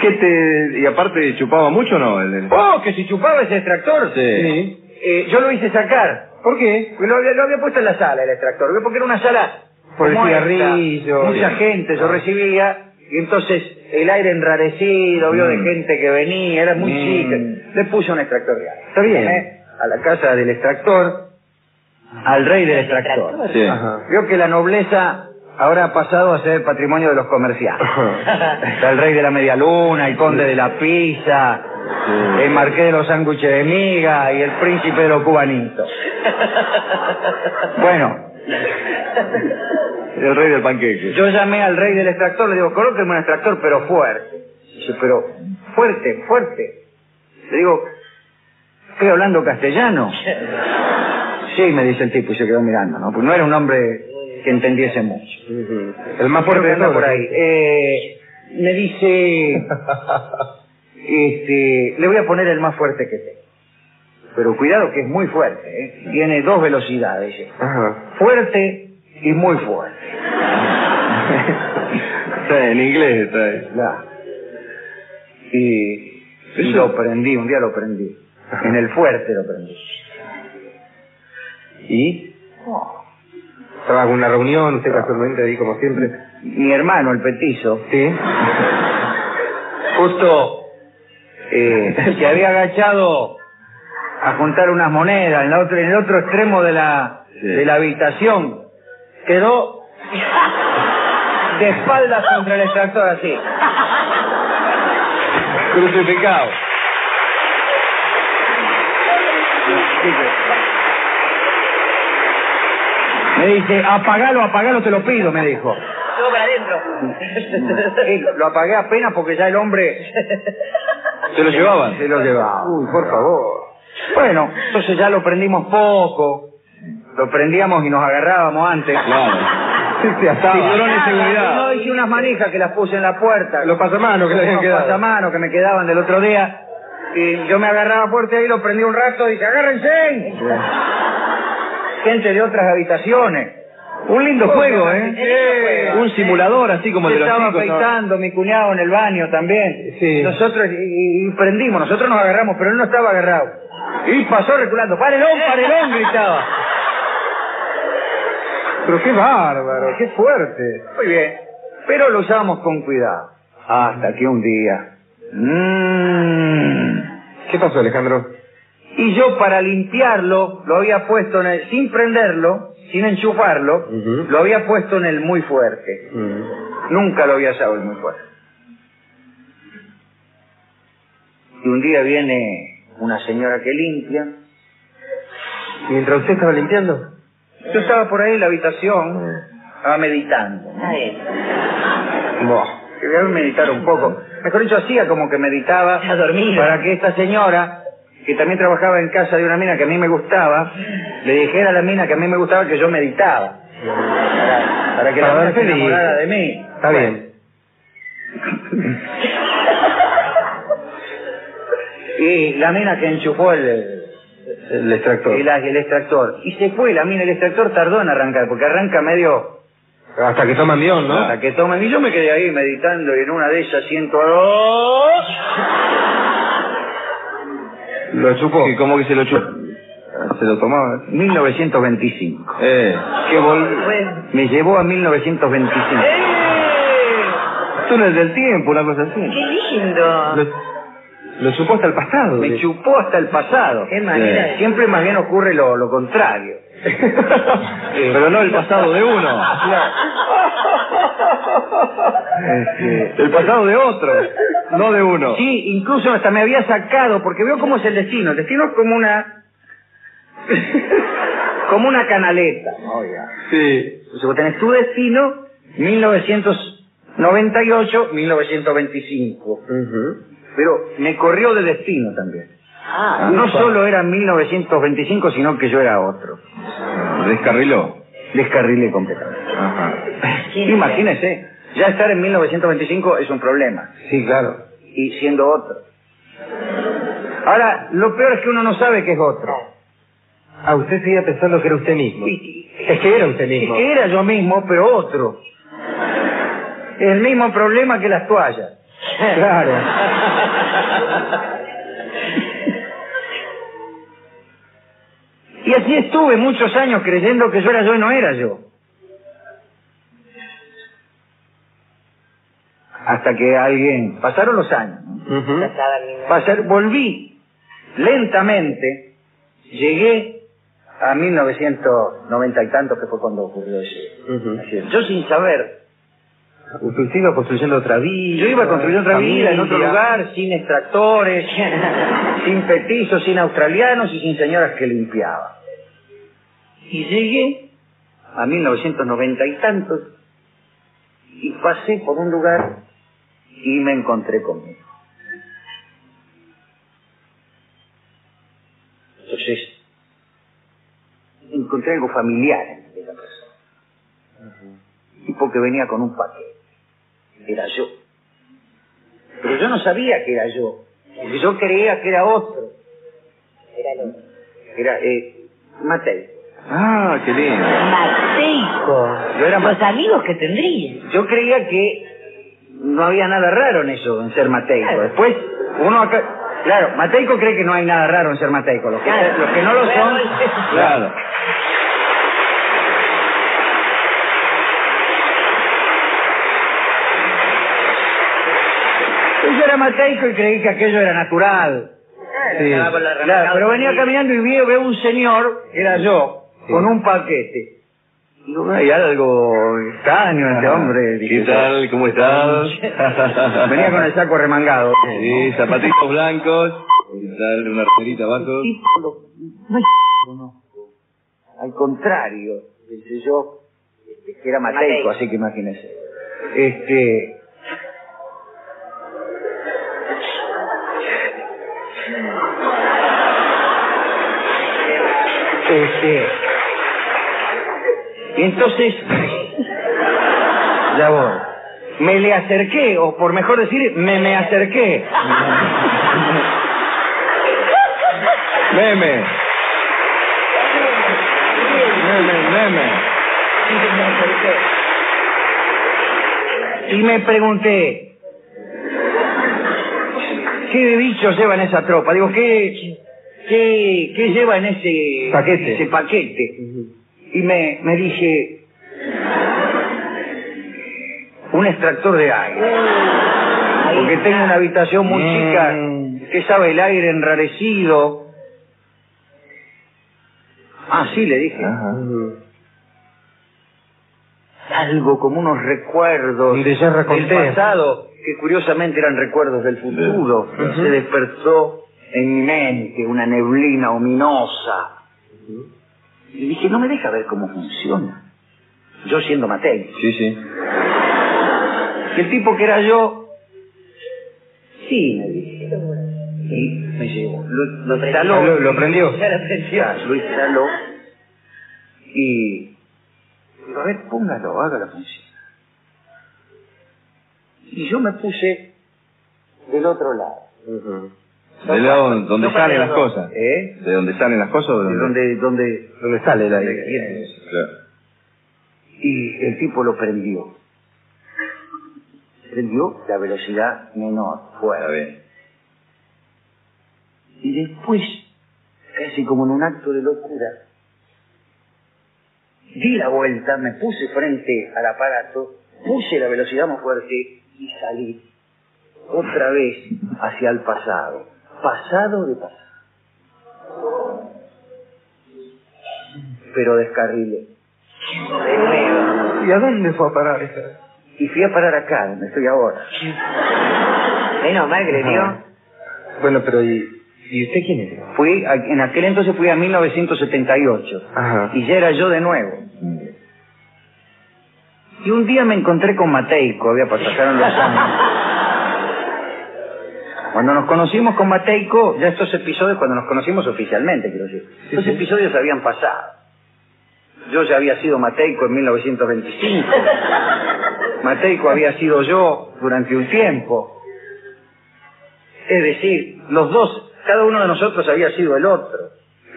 Speaker 6: ¿Qué te... Y aparte, ¿chupaba mucho o no? El, el-
Speaker 3: ¡Oh, que si chupaba ese extractor!
Speaker 6: Sí.
Speaker 3: Eh, yo lo hice sacar.
Speaker 2: ¿Por qué?
Speaker 3: Lo, había- lo había puesto en la sala el extractor, ¿vio? porque era una sala...
Speaker 2: Por el
Speaker 3: como esta.
Speaker 2: cigarrillo.
Speaker 3: Mucha
Speaker 2: Sí. Ah.
Speaker 3: gente yo recibía, y entonces el aire enrarecido, vio
Speaker 2: Mm.
Speaker 3: de gente que venía, era muy chica. Le puse un extractor de aire.
Speaker 2: Está bien.
Speaker 3: Eh, A la casa del extractor, al rey del extractor.
Speaker 6: Sí.
Speaker 2: Ajá.
Speaker 3: Vio que la nobleza ahora ha pasado a ser patrimonio de los comerciantes. Está el rey de la medialuna, el conde de la pizza, el marqués de los sándwiches de miga y el príncipe de los cubanitos. Bueno,
Speaker 6: El rey del panqueque.
Speaker 3: yo llamé al rey del extractor, le digo, colóqueme un extractor, pero fuerte. Dice, pero fuerte, fuerte. Le digo, ¿estoy hablando castellano? Sí, me dice el tipo y se quedó mirando, ¿no? Porque no era un hombre que entendiese mucho.
Speaker 2: El más fuerte
Speaker 3: Creo que
Speaker 2: de
Speaker 3: anda
Speaker 2: todos.
Speaker 3: por ahí. Eh, me dice, este, le voy a poner el más fuerte que tengo. Pero cuidado que es muy fuerte, ¿eh? Tiene dos velocidades.
Speaker 2: Ajá.
Speaker 3: Fuerte y muy fuerte.
Speaker 6: Sí, en inglés está ahí.
Speaker 3: Claro. Y, y lo prendí, un día lo prendí. En el fuerte lo prendí.
Speaker 6: ¿Y?
Speaker 2: Estaba en una reunión, usted casualmente ahí como siempre.
Speaker 3: Mi hermano, el petizo,
Speaker 2: Sí.
Speaker 3: justo eh, se había agachado a juntar unas monedas en, la otra- en el otro extremo de la,
Speaker 6: Sí.
Speaker 3: de la habitación. Quedó de espaldas contra el extractor así.
Speaker 6: Crucificado.
Speaker 3: Me dice, apagalo, apagalo, te lo pido, me dijo.
Speaker 5: Sobra adentro.
Speaker 3: Y lo apagué apenas porque ya el hombre
Speaker 6: ¿Se lo llevaban?
Speaker 3: se lo llevaba.
Speaker 2: Uy, por favor.
Speaker 3: Bueno, entonces ya lo prendimos poco. Lo prendíamos y nos agarrábamos antes.
Speaker 6: Claro.
Speaker 2: Sí, hasta.
Speaker 6: Cinturón de seguridad.
Speaker 3: No, hice unas manijas que las puse en la puerta.
Speaker 2: Los pasamanos que le habían
Speaker 3: unos
Speaker 2: quedado.
Speaker 3: pasamanos que me quedaban del otro día. Y yo me agarraba fuerte ahí, lo prendí un rato y dije, agárrense. Gente de otras habitaciones.
Speaker 6: Un lindo juego, ¿eh?
Speaker 5: Sí.
Speaker 6: Un simulador así como el
Speaker 3: Se
Speaker 6: de los
Speaker 3: estaba
Speaker 6: chicos. ¿no?
Speaker 3: afeitando mi cuñado en el baño también.
Speaker 2: Sí.
Speaker 3: Nosotros, y, y prendimos, nosotros nos agarramos, pero él no estaba agarrado. Y pasó reculando, ¡parelón, parelón! gritaba.
Speaker 2: Pero qué bárbaro, qué fuerte.
Speaker 3: Muy bien, pero lo usamos con cuidado. Hasta que un día. mm,
Speaker 2: ¿Qué pasó, Alejandro?
Speaker 3: Y yo para limpiarlo, lo había puesto en el, sin prenderlo, sin enchufarlo,
Speaker 2: Ujú.
Speaker 3: lo había puesto en el muy fuerte.
Speaker 2: Mm.
Speaker 3: Nunca lo había usado el muy fuerte. Y un día viene una señora que limpia.
Speaker 2: Mientras usted estaba limpiando.
Speaker 3: Yo estaba por ahí en la habitación, estaba meditando. ¿no?
Speaker 5: Ahí.
Speaker 3: Buah, Quería meditar un poco. Mejor dicho, hacía como que meditaba
Speaker 5: Está dormido.
Speaker 3: para que esta señora, que también trabajaba en casa de una mina que a mí me gustaba, le dijera a la mina que a mí me gustaba que yo meditaba. Para, para que
Speaker 2: Para
Speaker 3: la
Speaker 2: ver
Speaker 3: mina se
Speaker 2: feliz.
Speaker 3: enamorara de mí.
Speaker 2: Está bien.
Speaker 3: Y la mina que enchufó el,
Speaker 2: El extractor.
Speaker 3: el, el extractor. Y se fue la mina, el extractor tardó en arrancar, porque arranca medio
Speaker 2: Hasta que toman guión, ¿no?
Speaker 3: hasta que tomen. Y yo me quedé ahí meditando y en una de ellas siento... ¡Oh!
Speaker 2: Lo chupó.
Speaker 6: Y como que se lo chupó. Se lo tomaba.
Speaker 3: 1925.
Speaker 6: Eh.
Speaker 3: que vol-
Speaker 5: Bueno.
Speaker 3: me llevó a 1925.
Speaker 6: ¡Eh! Túnel del tiempo, una cosa así.
Speaker 5: ¡Qué lindo!
Speaker 2: Lo, lo chupó hasta el pasado.
Speaker 3: Me chupó hasta el pasado.
Speaker 5: Qué manera de-
Speaker 3: Siempre más bien ocurre lo, lo contrario.
Speaker 6: Pero no el pasado de uno. Este, El pasado de otro, no de uno.
Speaker 3: Sí, incluso hasta me había sacado, porque veo cómo es el destino. El destino es como una... como una canaleta. Oiga.
Speaker 6: Sí.
Speaker 3: Entonces vos tenés tu destino, 1998, 1925. Pero me corrió de destino también.
Speaker 5: Ah,
Speaker 3: No solo era 1925, sino que yo era otro.
Speaker 6: Descarriló.
Speaker 3: Descarrilé completamente.
Speaker 6: Ajá.
Speaker 5: qué lindo.
Speaker 3: Imagínese, ya estar en 1925 es un problema,
Speaker 2: Sí, claro.
Speaker 3: y siendo otro. Ahora, lo peor es que uno no sabe que es otro.
Speaker 2: Ah, usted seguía pensando que era usted mismo.
Speaker 3: Y-
Speaker 2: Es que era usted
Speaker 3: Es
Speaker 2: mismo.
Speaker 3: que era yo mismo, pero otro. El mismo problema que las toallas.
Speaker 2: Claro.
Speaker 3: Y así estuve muchos años creyendo que yo era yo y no era yo. Hasta que alguien... Pasaron los años. ¿no?
Speaker 1: ¿Mm?
Speaker 5: Ya
Speaker 2: Ujú.
Speaker 5: estaba lindo.
Speaker 3: Pasar, volví lentamente, llegué a 1990 y tanto, que fue cuando ocurrió ese
Speaker 2: Ujú.
Speaker 3: accidente. Yo sin saber,
Speaker 2: Usted iba construyendo otra vida.
Speaker 3: yo iba construyendo otra vida en otro
Speaker 2: familia.
Speaker 3: lugar, sin extractores, sin petizos, sin australianos y sin señoras que limpiaban. Y llegué a 1990 y tantos y pasé por un lugar y me encontré conmigo. Entonces, encontré algo familiar en aquella persona. Y porque venía con un paquete. Era yo. Pero yo no sabía que era yo. Porque yo creía que era otro.
Speaker 5: Era el otro.
Speaker 3: Era, eh, Matei.
Speaker 6: Ah, qué lindo.
Speaker 5: Mateico.
Speaker 3: Yo era
Speaker 5: Los amigos que tendría.
Speaker 3: Yo creía que no había nada raro en eso, en ser mateico. Después, uno acá... Claro, mateico cree que no hay nada raro en ser mateico. Los que,
Speaker 5: Claro.
Speaker 3: los que no lo son...
Speaker 2: Claro.
Speaker 3: Yo era mateico y creí que aquello era natural.
Speaker 5: Claro,
Speaker 3: Sí.
Speaker 5: andaba por la
Speaker 3: Claro,
Speaker 5: rambla,
Speaker 3: pero venía
Speaker 5: sí.
Speaker 3: caminando y veo, veo un señor, era yo, con un paquete. Digo, hay algo extraño en este hombre.
Speaker 2: ¿Qué
Speaker 3: dije yo.
Speaker 2: tal? ¿Cómo estás?
Speaker 3: Venía con el saco remangado.
Speaker 2: Sí, zapatitos blancos. ¿Qué tal? Una arterita abajo.
Speaker 3: Tipo, lo- no es conozco. Al contrario, dice yo, este, que era mateico,
Speaker 5: Mateico.
Speaker 3: así que imagínese. Este. Este. Y entonces. ya voy. Me le acerqué, o por mejor decir, me me acerqué.
Speaker 2: Meme. Meme, meme.
Speaker 3: y me pregunté, ¿qué bicho lleva en esa tropa? Digo, ¿qué, qué, qué lleva en ese
Speaker 1: Paquete.
Speaker 3: ese paquete? Y me, me dije, un extractor de aire. Porque tengo una habitación muy chica que sabe el aire enrarecido. Ah, sí, le dije. Algo como unos recuerdos
Speaker 1: Un déjà
Speaker 3: del
Speaker 1: raconté.
Speaker 3: pasado, que curiosamente eran recuerdos del futuro. Se despertó en mi mente una neblina ominosa. Y dije, no me deja ver cómo funciona. Yo siendo Matei.
Speaker 2: Sí, sí.
Speaker 3: Y el tipo que era yo, sí, me dije. Y me llevó. Lo, lo instaló.
Speaker 1: Lo- lo prendió.
Speaker 3: Ya lo prendió. Lo instaló. Y. digo, a ver, póngalo, hágalo funcionar. Y yo me puse del otro lado.
Speaker 2: De lado donde salen
Speaker 3: No, para
Speaker 2: las
Speaker 3: no.
Speaker 2: cosas.
Speaker 3: ¿Eh?
Speaker 2: ¿De donde salen las cosas o de
Speaker 3: De
Speaker 2: dónde?
Speaker 3: donde, donde,
Speaker 1: ¿Dónde sale la
Speaker 3: donde viene.
Speaker 2: Claro.
Speaker 3: Y el tipo lo prendió. Prendió la velocidad menor,
Speaker 2: Está
Speaker 3: fuera.
Speaker 2: bien.
Speaker 3: Y después, casi como en un acto de locura, di la vuelta, me puse frente al aparato, puse la velocidad más fuerte y salí otra vez hacia el pasado. Pasado de pasado. Pero descarrilé. De nuevo.
Speaker 1: ¿Y a dónde fue a parar esa?
Speaker 3: Y fui a parar acá, donde estoy ahora.
Speaker 5: Menos mal que le dio.
Speaker 1: Bueno, pero ¿y, ¿y usted quién es?
Speaker 3: Fui, a- en aquel entonces fui a 1978.
Speaker 1: Ajá.
Speaker 3: Y ya era yo de nuevo. Y un día me encontré con Mateico, había pasaron los años. Cuando nos conocimos con Mateico, ya estos episodios, cuando nos conocimos oficialmente, quiero decir, estos episodios habían pasado. Yo ya había sido Mateico en 1925. Mateico había sido yo durante un tiempo. Es decir, los dos, cada uno de nosotros había sido el otro.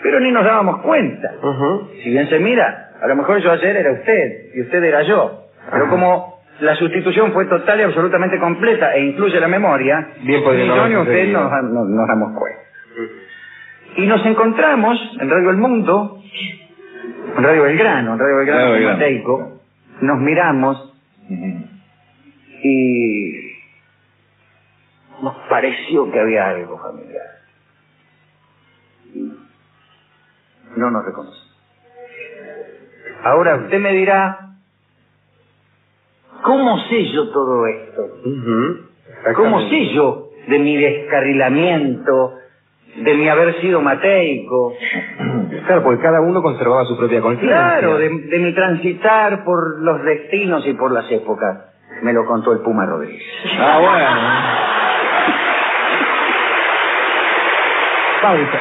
Speaker 3: Pero ni nos dábamos cuenta. Si bien se mira, a lo mejor yo ayer era usted y usted era yo. Pero como la sustitución fue total y absolutamente completa e incluye la memoria,
Speaker 1: Bien podría
Speaker 3: ni
Speaker 1: no
Speaker 3: yo
Speaker 1: haber
Speaker 3: ni usted
Speaker 1: sucedido.
Speaker 3: nos, no- nos damos cuenta. Y nos encontramos en Radio El Mundo, en Radio Belgrano, en Radio Belgrano,
Speaker 2: Radio Belgrano.
Speaker 3: en Mateico, nos miramos
Speaker 2: Ujú.
Speaker 3: y nos pareció que había algo familiar. No nos reconoce. Ahora usted me dirá, ¿cómo sé yo todo esto? ¿Cómo sé yo de mi descarrilamiento, de mi haber sido mateico?
Speaker 1: Claro, porque cada uno conservaba su propia conciencia.
Speaker 3: Claro, de, de mi transitar por los destinos y por las épocas. Me lo contó el Puma Rodríguez.
Speaker 2: Ah, bueno.
Speaker 1: Pausa.